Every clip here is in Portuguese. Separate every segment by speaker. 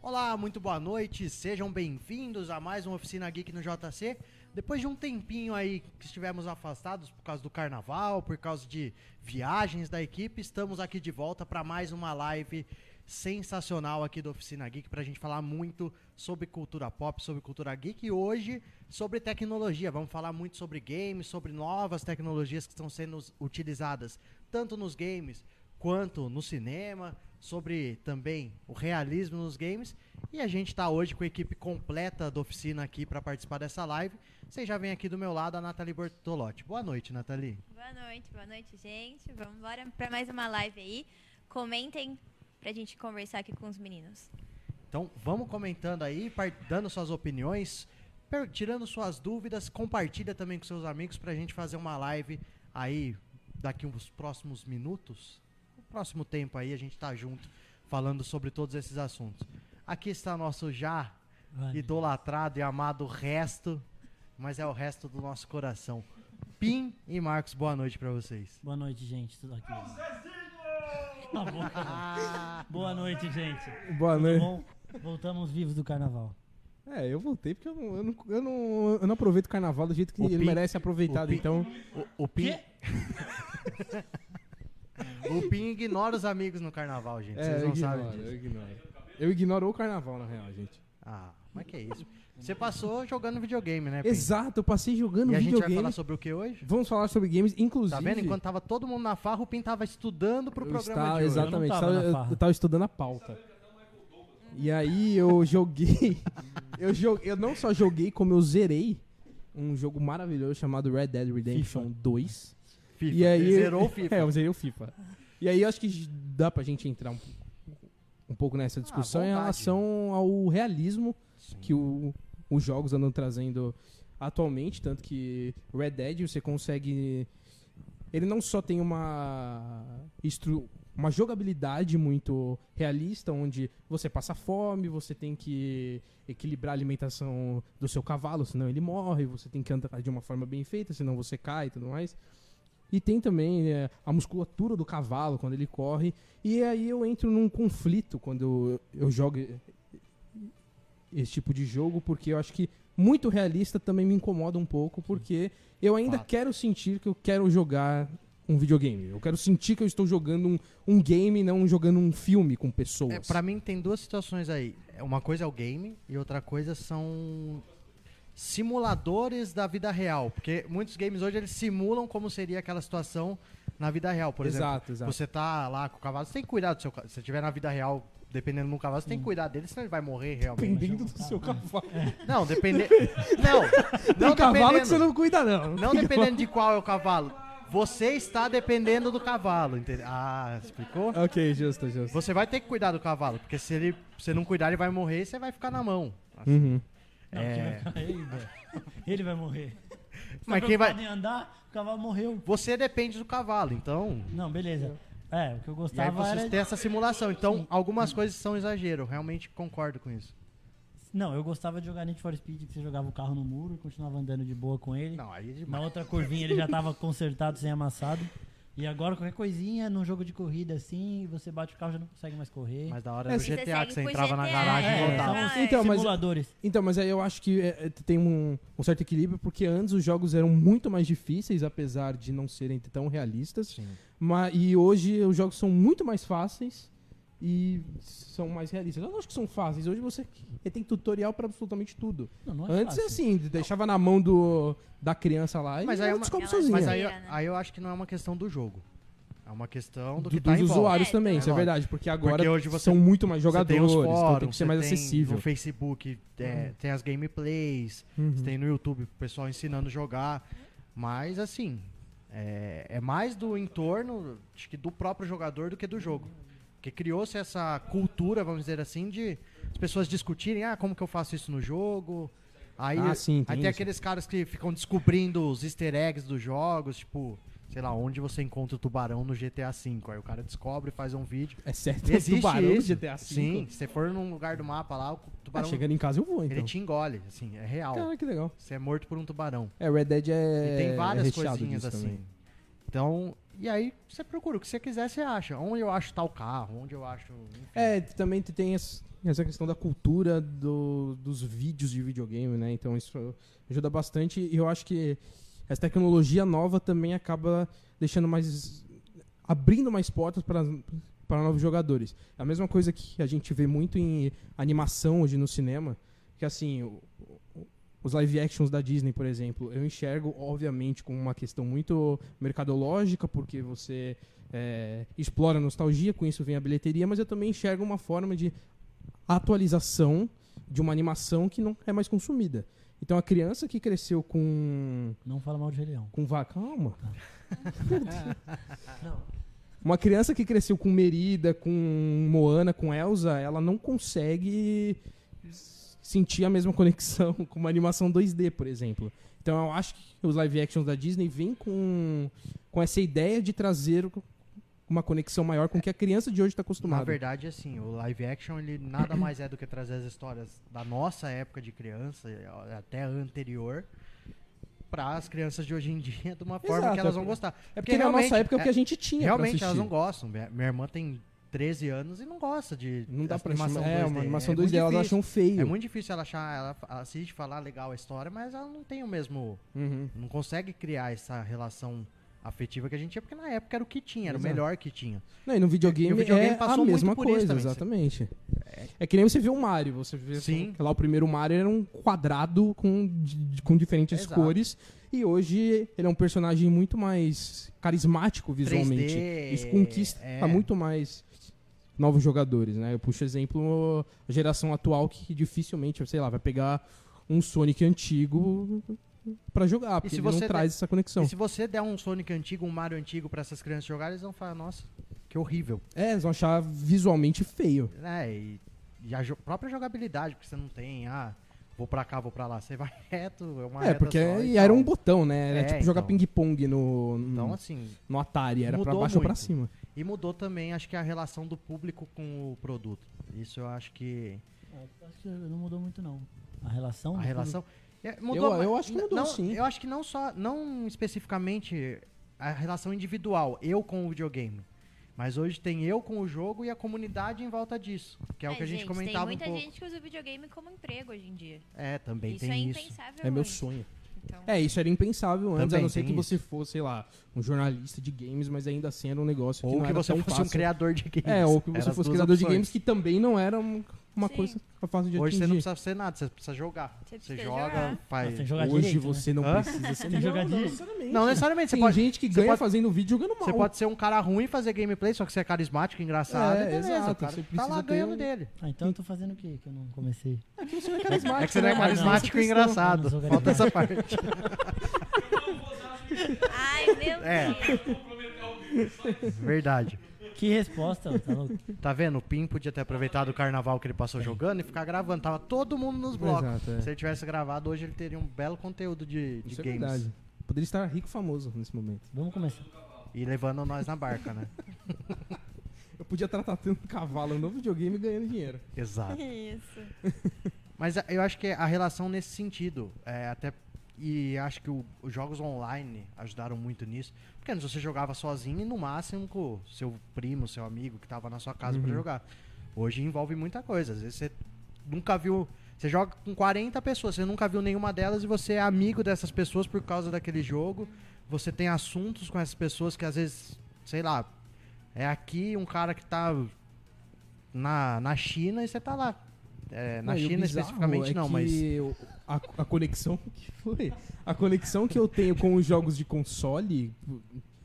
Speaker 1: Olá, muito boa noite, sejam bem-vindos a mais uma Oficina Geek no JC. Depois de um tempinho aí que estivemos afastados por causa do carnaval, por causa de viagens da equipe, estamos aqui de volta para mais uma live sensacional aqui da Oficina Geek para a gente falar muito sobre cultura pop, sobre cultura geek e hoje sobre tecnologia. Vamos falar muito sobre games, sobre novas tecnologias que estão sendo utilizadas tanto nos games quanto no cinema, sobre também o realismo nos games. E a gente está hoje com a equipe completa da oficina aqui para participar dessa live. Você já vem aqui do meu lado, a Nathalie Bortolotti. Boa noite, Nathalie.
Speaker 2: Boa noite, boa noite, gente. Vamos embora para mais uma live aí. Comentem pra gente conversar aqui com os meninos.
Speaker 1: Então vamos comentando aí, par- dando suas opiniões, per- tirando suas dúvidas, compartilha também com seus amigos pra gente fazer uma live aí daqui uns próximos minutos. No próximo tempo aí a gente tá junto falando sobre todos esses assuntos. Aqui está nosso já Então- idolatrado e amado resto, mas é o resto do nosso coração. Pim e Marcos, boa noite pra vocês.
Speaker 3: Boa noite, gente. Tudo aqui. Cala a boca, cara.
Speaker 1: Ah,
Speaker 3: Boa noite, gente.
Speaker 4: Boa
Speaker 3: Tudo
Speaker 4: noite.
Speaker 3: bom? Voltamos vivos do carnaval.
Speaker 4: É, eu voltei porque eu não, eu não, eu não, eu não aproveito o carnaval do jeito que
Speaker 1: O
Speaker 4: ele
Speaker 1: Pi-
Speaker 4: merece
Speaker 1: o
Speaker 4: aproveitado.
Speaker 1: Pi-
Speaker 4: Então,
Speaker 1: o, o Pim, o Pim ignora os amigos no carnaval, gente.
Speaker 4: é,
Speaker 1: Vocês
Speaker 4: eu
Speaker 1: não
Speaker 4: ignoro,
Speaker 1: sabem disso.
Speaker 4: eu ignoro. Eu ignoro o carnaval, na real, gente.
Speaker 1: Ah, mas que é isso. Você passou jogando videogame, né? Pim?
Speaker 4: Exato, eu passei jogando
Speaker 1: E a gente vai
Speaker 4: videogame.
Speaker 1: falar sobre o que hoje?
Speaker 4: Vamos falar sobre games, inclusive.
Speaker 1: Tá vendo? Enquanto tava todo mundo na farra, o Pim tava estudando pro
Speaker 4: eu
Speaker 1: programa
Speaker 4: estava-
Speaker 1: de hoje.
Speaker 4: Exatamente,
Speaker 3: Eu não tava
Speaker 4: estava-
Speaker 3: na
Speaker 4: eu,
Speaker 3: farra.
Speaker 4: eu tava estudando a pauta. E aí eu joguei. eu, jo- eu não só joguei, como eu zerei um jogo maravilhoso chamado Red Dead Redemption 2.
Speaker 1: FIFA.
Speaker 4: E aí,
Speaker 1: Zerou o FIFA.
Speaker 4: É, eu zerei o FIFA. E aí eu acho que dá pra gente entrar um, um pouco nessa discussão em
Speaker 1: Ah, vontade.
Speaker 4: relação ao realismo que o- os jogos andam trazendo atualmente, tanto que Red Dead você consegue. Ele não só tem uma. estru- uma jogabilidade muito realista, onde você passa fome, você tem que equilibrar a alimentação do seu cavalo, senão ele morre, você tem que andar de uma forma bem feita, senão você cai e tudo mais. E tem também é, a musculatura do cavalo quando ele corre. E aí eu entro num conflito quando eu, eu jogo esse tipo de jogo, porque eu acho que muito realista também me incomoda um pouco, porque eu ainda
Speaker 1: Fato.
Speaker 4: quero sentir que eu quero jogar um videogame. Eu quero sentir que eu estou jogando um, um game, não jogando um filme com pessoas.
Speaker 1: É, pra mim tem duas situações aí. É, Uma coisa é o game e outra coisa são simuladores da vida real. Porque muitos games hoje eles simulam como seria aquela situação na vida real. Por exemplo,
Speaker 4: Exato, exato.
Speaker 1: você tá lá com o cavalo, você tem que cuidar do seu cavalo. Se você tiver na vida real, dependendo do cavalo, você tem
Speaker 4: Hum.
Speaker 1: que cuidar dele, senão ele vai morrer realmente.
Speaker 4: Dependendo do seu cavalo.
Speaker 1: Não, dependendo. Não,
Speaker 4: Tem um
Speaker 1: não
Speaker 4: cavalo que
Speaker 1: dependendo.
Speaker 4: você não cuida, não.
Speaker 1: Não dependendo de qual é o cavalo. Você está dependendo do cavalo, entendeu? Ah, explicou?
Speaker 4: Ok, justo, justo.
Speaker 1: Você vai ter que cuidar do cavalo, porque se ele você não cuidar, ele vai morrer e você vai ficar na mão.
Speaker 4: Uhum.
Speaker 3: Não,
Speaker 1: É.
Speaker 3: quem vai ficar- ele, vai- ele vai morrer.
Speaker 1: Mas
Speaker 3: Tá
Speaker 1: quem vai-
Speaker 3: preocupado em andar, o cavalo morreu.
Speaker 1: Você depende do cavalo, então.
Speaker 3: Não, beleza. É, o que eu
Speaker 1: E aí
Speaker 3: gostava
Speaker 1: você
Speaker 3: era...
Speaker 1: tem essa simulação. Então, algumas coisas são exagero, realmente concordo com isso.
Speaker 3: Não, eu gostava de jogar Need for Speed, que você jogava o carro no muro e continuava andando de boa com ele.
Speaker 1: Não, aí é
Speaker 3: Na
Speaker 1: demais.
Speaker 3: outra curvinha ele já tava consertado, sem amassado. E agora qualquer coisinha, num jogo de corrida assim, você bate o carro já não consegue mais correr.
Speaker 1: Mas da hora
Speaker 4: É,
Speaker 1: do
Speaker 4: você
Speaker 1: GTA que
Speaker 2: segue
Speaker 1: você
Speaker 2: pro
Speaker 1: entrava na
Speaker 2: GTA,
Speaker 1: garagem
Speaker 2: é.
Speaker 1: e voltava.
Speaker 2: Não,
Speaker 3: são
Speaker 2: é.
Speaker 4: Então, mas-
Speaker 3: simuladores.
Speaker 4: Então, mas aí eu acho que é, é, tem um, um certo equilíbrio, porque antes os jogos eram muito mais difíceis, apesar de não serem tão realistas.
Speaker 1: Sim.
Speaker 4: Mas, e hoje os jogos são muito mais fáceis e são mais realistas. Eu não acho que são fáceis. Hoje você tem tutorial pra absolutamente tudo.
Speaker 3: Não, não é
Speaker 4: antes
Speaker 3: fácil.
Speaker 4: é assim, deixava na mão do, da criança lá e
Speaker 1: Mas aí
Speaker 4: ela
Speaker 1: é uma-
Speaker 4: descobre
Speaker 2: Ela-
Speaker 4: sozinha.
Speaker 1: Mas aí,
Speaker 2: Mentira, né?
Speaker 1: aí eu acho que não é uma questão do jogo. É uma questão do,
Speaker 4: Do-
Speaker 1: que tá
Speaker 4: dos
Speaker 1: em volta.
Speaker 4: usuários
Speaker 2: É,
Speaker 4: também, isso é
Speaker 1: lógico.
Speaker 4: verdade, porque agora
Speaker 1: Porque hoje você-
Speaker 4: são muito mais
Speaker 1: Você
Speaker 4: jogadores,
Speaker 1: tem os
Speaker 4: então tem
Speaker 1: fóruns,
Speaker 4: que ser mais
Speaker 1: você tem
Speaker 4: acessível. Uhum.
Speaker 1: No Facebook é, tem as gameplays, você tem no YouTube o pessoal ensinando a jogar. Mas assim, é, é mais do entorno, acho que do próprio jogador do que do jogo. Porque criou-se essa cultura, vamos dizer assim, de as pessoas discutirem, ah, como que eu faço isso no jogo? Aí,
Speaker 4: Ah, sim, tem
Speaker 1: aí tem
Speaker 4: isso.
Speaker 1: aqueles caras que ficam descobrindo os easter eggs dos jogos, tipo, sei lá, onde você encontra o tubarão no GTA V. Aí o cara descobre, faz um vídeo.
Speaker 4: É certo,
Speaker 1: Existe
Speaker 4: tubarão
Speaker 1: isso.
Speaker 4: do GTA V.
Speaker 1: Sim, se você for num lugar do mapa lá, o
Speaker 4: Ah,
Speaker 1: tubarão
Speaker 4: chegando em casa eu vou, então.
Speaker 1: ele te engole, assim, é real.
Speaker 4: Cara, que legal.
Speaker 1: Você é morto por um tubarão.
Speaker 4: É, Red Dead é.
Speaker 1: E tem várias
Speaker 4: é recheado
Speaker 1: coisinhas
Speaker 4: disso
Speaker 1: assim.
Speaker 4: também.
Speaker 1: Então, e aí você procura o que você quiser, você acha. Onde eu acho tal carro, onde eu acho. enfim.
Speaker 4: É, também tu tem esse- essa questão da cultura do- dos vídeos de videogame, né? Então isso ajuda bastante e eu acho que essa tecnologia nova também acaba deixando mais abrindo mais portas para para novos jogadores. É a mesma coisa que a gente vê muito em animação hoje no cinema, que assim, o- o- os live actions da Disney, por exemplo, eu enxergo obviamente como uma questão muito mercadológica, porque você é, explora a nostalgia, com isso vem a bilheteria, mas eu também enxergo uma forma de atualização de uma animação que não é mais consumida. Então a criança que cresceu com
Speaker 3: Não fala mal de Rei Leão.
Speaker 4: com vaca, calma.
Speaker 3: Não.
Speaker 4: Uma criança que cresceu com Merida, com Moana, com Elsa, ela não consegue s- sentir a mesma conexão com uma animação 2D, por exemplo. Então eu acho que os live actions da Disney vêm com, com essa ideia de trazer o- uma conexão maior com o que a criança de hoje está
Speaker 1: Na
Speaker 4: acostumada.
Speaker 1: verdade, assim, o live action ele nada mais é do que trazer as histórias da nossa época de criança, até a anterior, para as crianças de hoje em dia, de uma forma
Speaker 4: Exato,
Speaker 1: que elas
Speaker 4: é
Speaker 1: vão
Speaker 4: porque-
Speaker 1: gostar.
Speaker 4: É porque na nossa época é o que a gente tinha pra
Speaker 1: Realmente, elas
Speaker 4: assistir.
Speaker 1: não gostam. Minha, minha irmã tem 13 anos e não gosta de
Speaker 4: Não dá
Speaker 1: dessa
Speaker 4: pra animação É,
Speaker 1: 2D.
Speaker 4: uma animação
Speaker 1: É
Speaker 4: 2D,
Speaker 1: muito
Speaker 4: elas
Speaker 1: difícil.
Speaker 4: acham feio.
Speaker 1: É muito difícil ela achar, ela fa- assiste, falar legal a história, mas ela não tem o mesmo.
Speaker 4: Uhum.
Speaker 1: Não consegue criar essa relação afetiva que a gente tinha, porque na época era o que tinha, era o
Speaker 4: Exato.
Speaker 1: melhor que tinha.
Speaker 4: Não, e no videogame,
Speaker 1: E o videogame
Speaker 4: é
Speaker 1: passou
Speaker 4: a
Speaker 1: muito
Speaker 4: mesma
Speaker 1: por
Speaker 4: coisa,
Speaker 1: isso também, você-
Speaker 4: exatamente. É que nem você vê o Mario, você vê
Speaker 1: Sim.
Speaker 4: que lá o primeiro Mario era um quadrado com, di- com diferentes
Speaker 1: Exato.
Speaker 4: cores e hoje ele é um personagem muito mais carismático visualmente.
Speaker 1: 3D,
Speaker 4: Isso conquista
Speaker 1: é.
Speaker 4: muito mais novos jogadores, né? Eu puxo exemplo a geração atual que dificilmente, sei lá, vai pegar um Sonic antigo pra jogar, porque
Speaker 1: se
Speaker 4: ele
Speaker 1: você
Speaker 4: não
Speaker 1: der-
Speaker 4: traz essa conexão.
Speaker 1: E se você der um Sonic antigo, um Mario antigo pra essas crianças jogarem, eles vão falar, nossa, que horrível.
Speaker 4: É, eles vão achar visualmente feio.
Speaker 1: É, e, e a jo- própria jogabilidade, porque você não tem, ah, vou pra cá, vou pra lá. Você vai reto, é uma
Speaker 4: É,
Speaker 1: reta
Speaker 4: porque
Speaker 1: só
Speaker 4: e
Speaker 1: tal.
Speaker 4: era um botão, né? Era
Speaker 1: É,
Speaker 4: tipo jogar
Speaker 1: então.
Speaker 4: ping-pong no, no,
Speaker 1: Então, assim,
Speaker 4: no Atari, era pra
Speaker 1: mudou
Speaker 4: baixo ou pra
Speaker 1: muito.
Speaker 4: cima.
Speaker 1: e mudou também, acho que a relação do público com o produto. Isso eu acho que
Speaker 3: É, Acho que não mudou muito, não. A relação?
Speaker 1: a
Speaker 3: do
Speaker 1: relação... É,
Speaker 4: Eu-
Speaker 1: mas
Speaker 4: eu acho que
Speaker 1: n-
Speaker 4: mudou,
Speaker 1: não,
Speaker 4: sim.
Speaker 1: Eu acho que não só, não especificamente a relação individual, eu com o videogame. Mas hoje tem eu com o jogo e a comunidade em volta disso, que é o que a gente, comentava
Speaker 2: Tem muita
Speaker 1: um pouco.
Speaker 2: gente que usa o videogame como emprego hoje em dia.
Speaker 1: É, também
Speaker 2: isso é
Speaker 1: tem isso.
Speaker 2: impensável.
Speaker 4: É meu
Speaker 2: hoje.
Speaker 4: sonho.
Speaker 2: Então,
Speaker 4: É, isso era impensável antes,
Speaker 1: Também
Speaker 4: a não ser
Speaker 1: tem
Speaker 4: que você fosse, sei lá, um jornalista de games, mas ainda assim era um negócio que
Speaker 1: Ou
Speaker 4: não
Speaker 1: que
Speaker 4: era
Speaker 1: você
Speaker 4: tão
Speaker 1: fosse um
Speaker 4: fácil.
Speaker 1: criador de games.
Speaker 4: É, ou que
Speaker 1: Era
Speaker 4: você
Speaker 1: as
Speaker 4: fosse
Speaker 1: duas
Speaker 4: criador de
Speaker 1: opções.
Speaker 4: games, que também não era um- uma
Speaker 2: Sim.
Speaker 4: coisa fácil de
Speaker 1: Hoje você não
Speaker 4: atingir.
Speaker 1: precisa ser nada, você precisa jogar. Você,
Speaker 2: Você precisa
Speaker 1: joga,
Speaker 2: jogar.
Speaker 1: faz.
Speaker 3: Mas tem que jogar
Speaker 4: Hoje
Speaker 3: Ah, direito, né?
Speaker 4: você não
Speaker 1: né? Hã?
Speaker 4: precisa ser
Speaker 3: Tem que jogar
Speaker 4: Não, não
Speaker 3: direito.
Speaker 4: necessariamente.
Speaker 1: Não, necessariamente, você
Speaker 4: Tem
Speaker 1: pode,
Speaker 4: gente que
Speaker 1: você
Speaker 4: ganha
Speaker 1: pode-
Speaker 4: fazendo vídeo jogando mal.
Speaker 1: você pode ser um cara ruim e fazer gameplay, só que você é carismático, engraçado,
Speaker 4: É,
Speaker 1: e beleza,
Speaker 4: exato,
Speaker 1: o cara
Speaker 4: você
Speaker 1: tá
Speaker 4: precisa
Speaker 1: lá
Speaker 4: ter
Speaker 1: ganhando
Speaker 4: um-
Speaker 1: dele.
Speaker 3: Ah, então eu tô fazendo o quê que eu não comecei?
Speaker 1: É que você não é
Speaker 4: né?
Speaker 3: não, não,
Speaker 1: carismático e
Speaker 4: essa questão.
Speaker 1: engraçado.
Speaker 3: Eu não sou
Speaker 1: Falta essa parte.
Speaker 2: Ai, meu
Speaker 1: É.
Speaker 2: Deus.
Speaker 1: Verdade.
Speaker 3: Que resposta, ó, tá louco?
Speaker 1: Tá vendo? O Pim podia ter aproveitado o carnaval que ele passou jogando e ficar gravando. Tava todo mundo nos blocos.
Speaker 4: Exato, é.
Speaker 1: Se ele tivesse gravado hoje, ele teria um belo conteúdo de, de
Speaker 4: Isso é
Speaker 1: games.
Speaker 4: verdade. Poderia estar rico e famoso nesse momento.
Speaker 3: Vamos começar.
Speaker 1: E levando nós na barca, né?
Speaker 4: Eu podia estar tratando um cavalo no videogame e ganhando dinheiro.
Speaker 1: Exato.
Speaker 2: Isso.
Speaker 1: Mas a- eu acho que a relação nesse sentido, é, até e acho que o- os jogos online ajudaram muito nisso, porque antes você jogava sozinho e no máximo com o seu primo, seu amigo que tava na sua casa pra
Speaker 4: Uhum.
Speaker 1: jogar. Hoje envolve muita coisa, às vezes você nunca viu, você joga com 40 pessoas, você nunca viu nenhuma delas e você é amigo dessas pessoas por causa daquele jogo. Você tem assuntos com essas pessoas que às vezes, sei lá, é aqui um cara que tá na, na China e você tá lá. É, na
Speaker 4: Não, e o
Speaker 1: China
Speaker 4: bizarro
Speaker 1: especificamente
Speaker 4: é
Speaker 1: não,
Speaker 4: que
Speaker 1: mas.
Speaker 4: eu- A, a conexão que foi. A conexão que eu tenho com os jogos de console,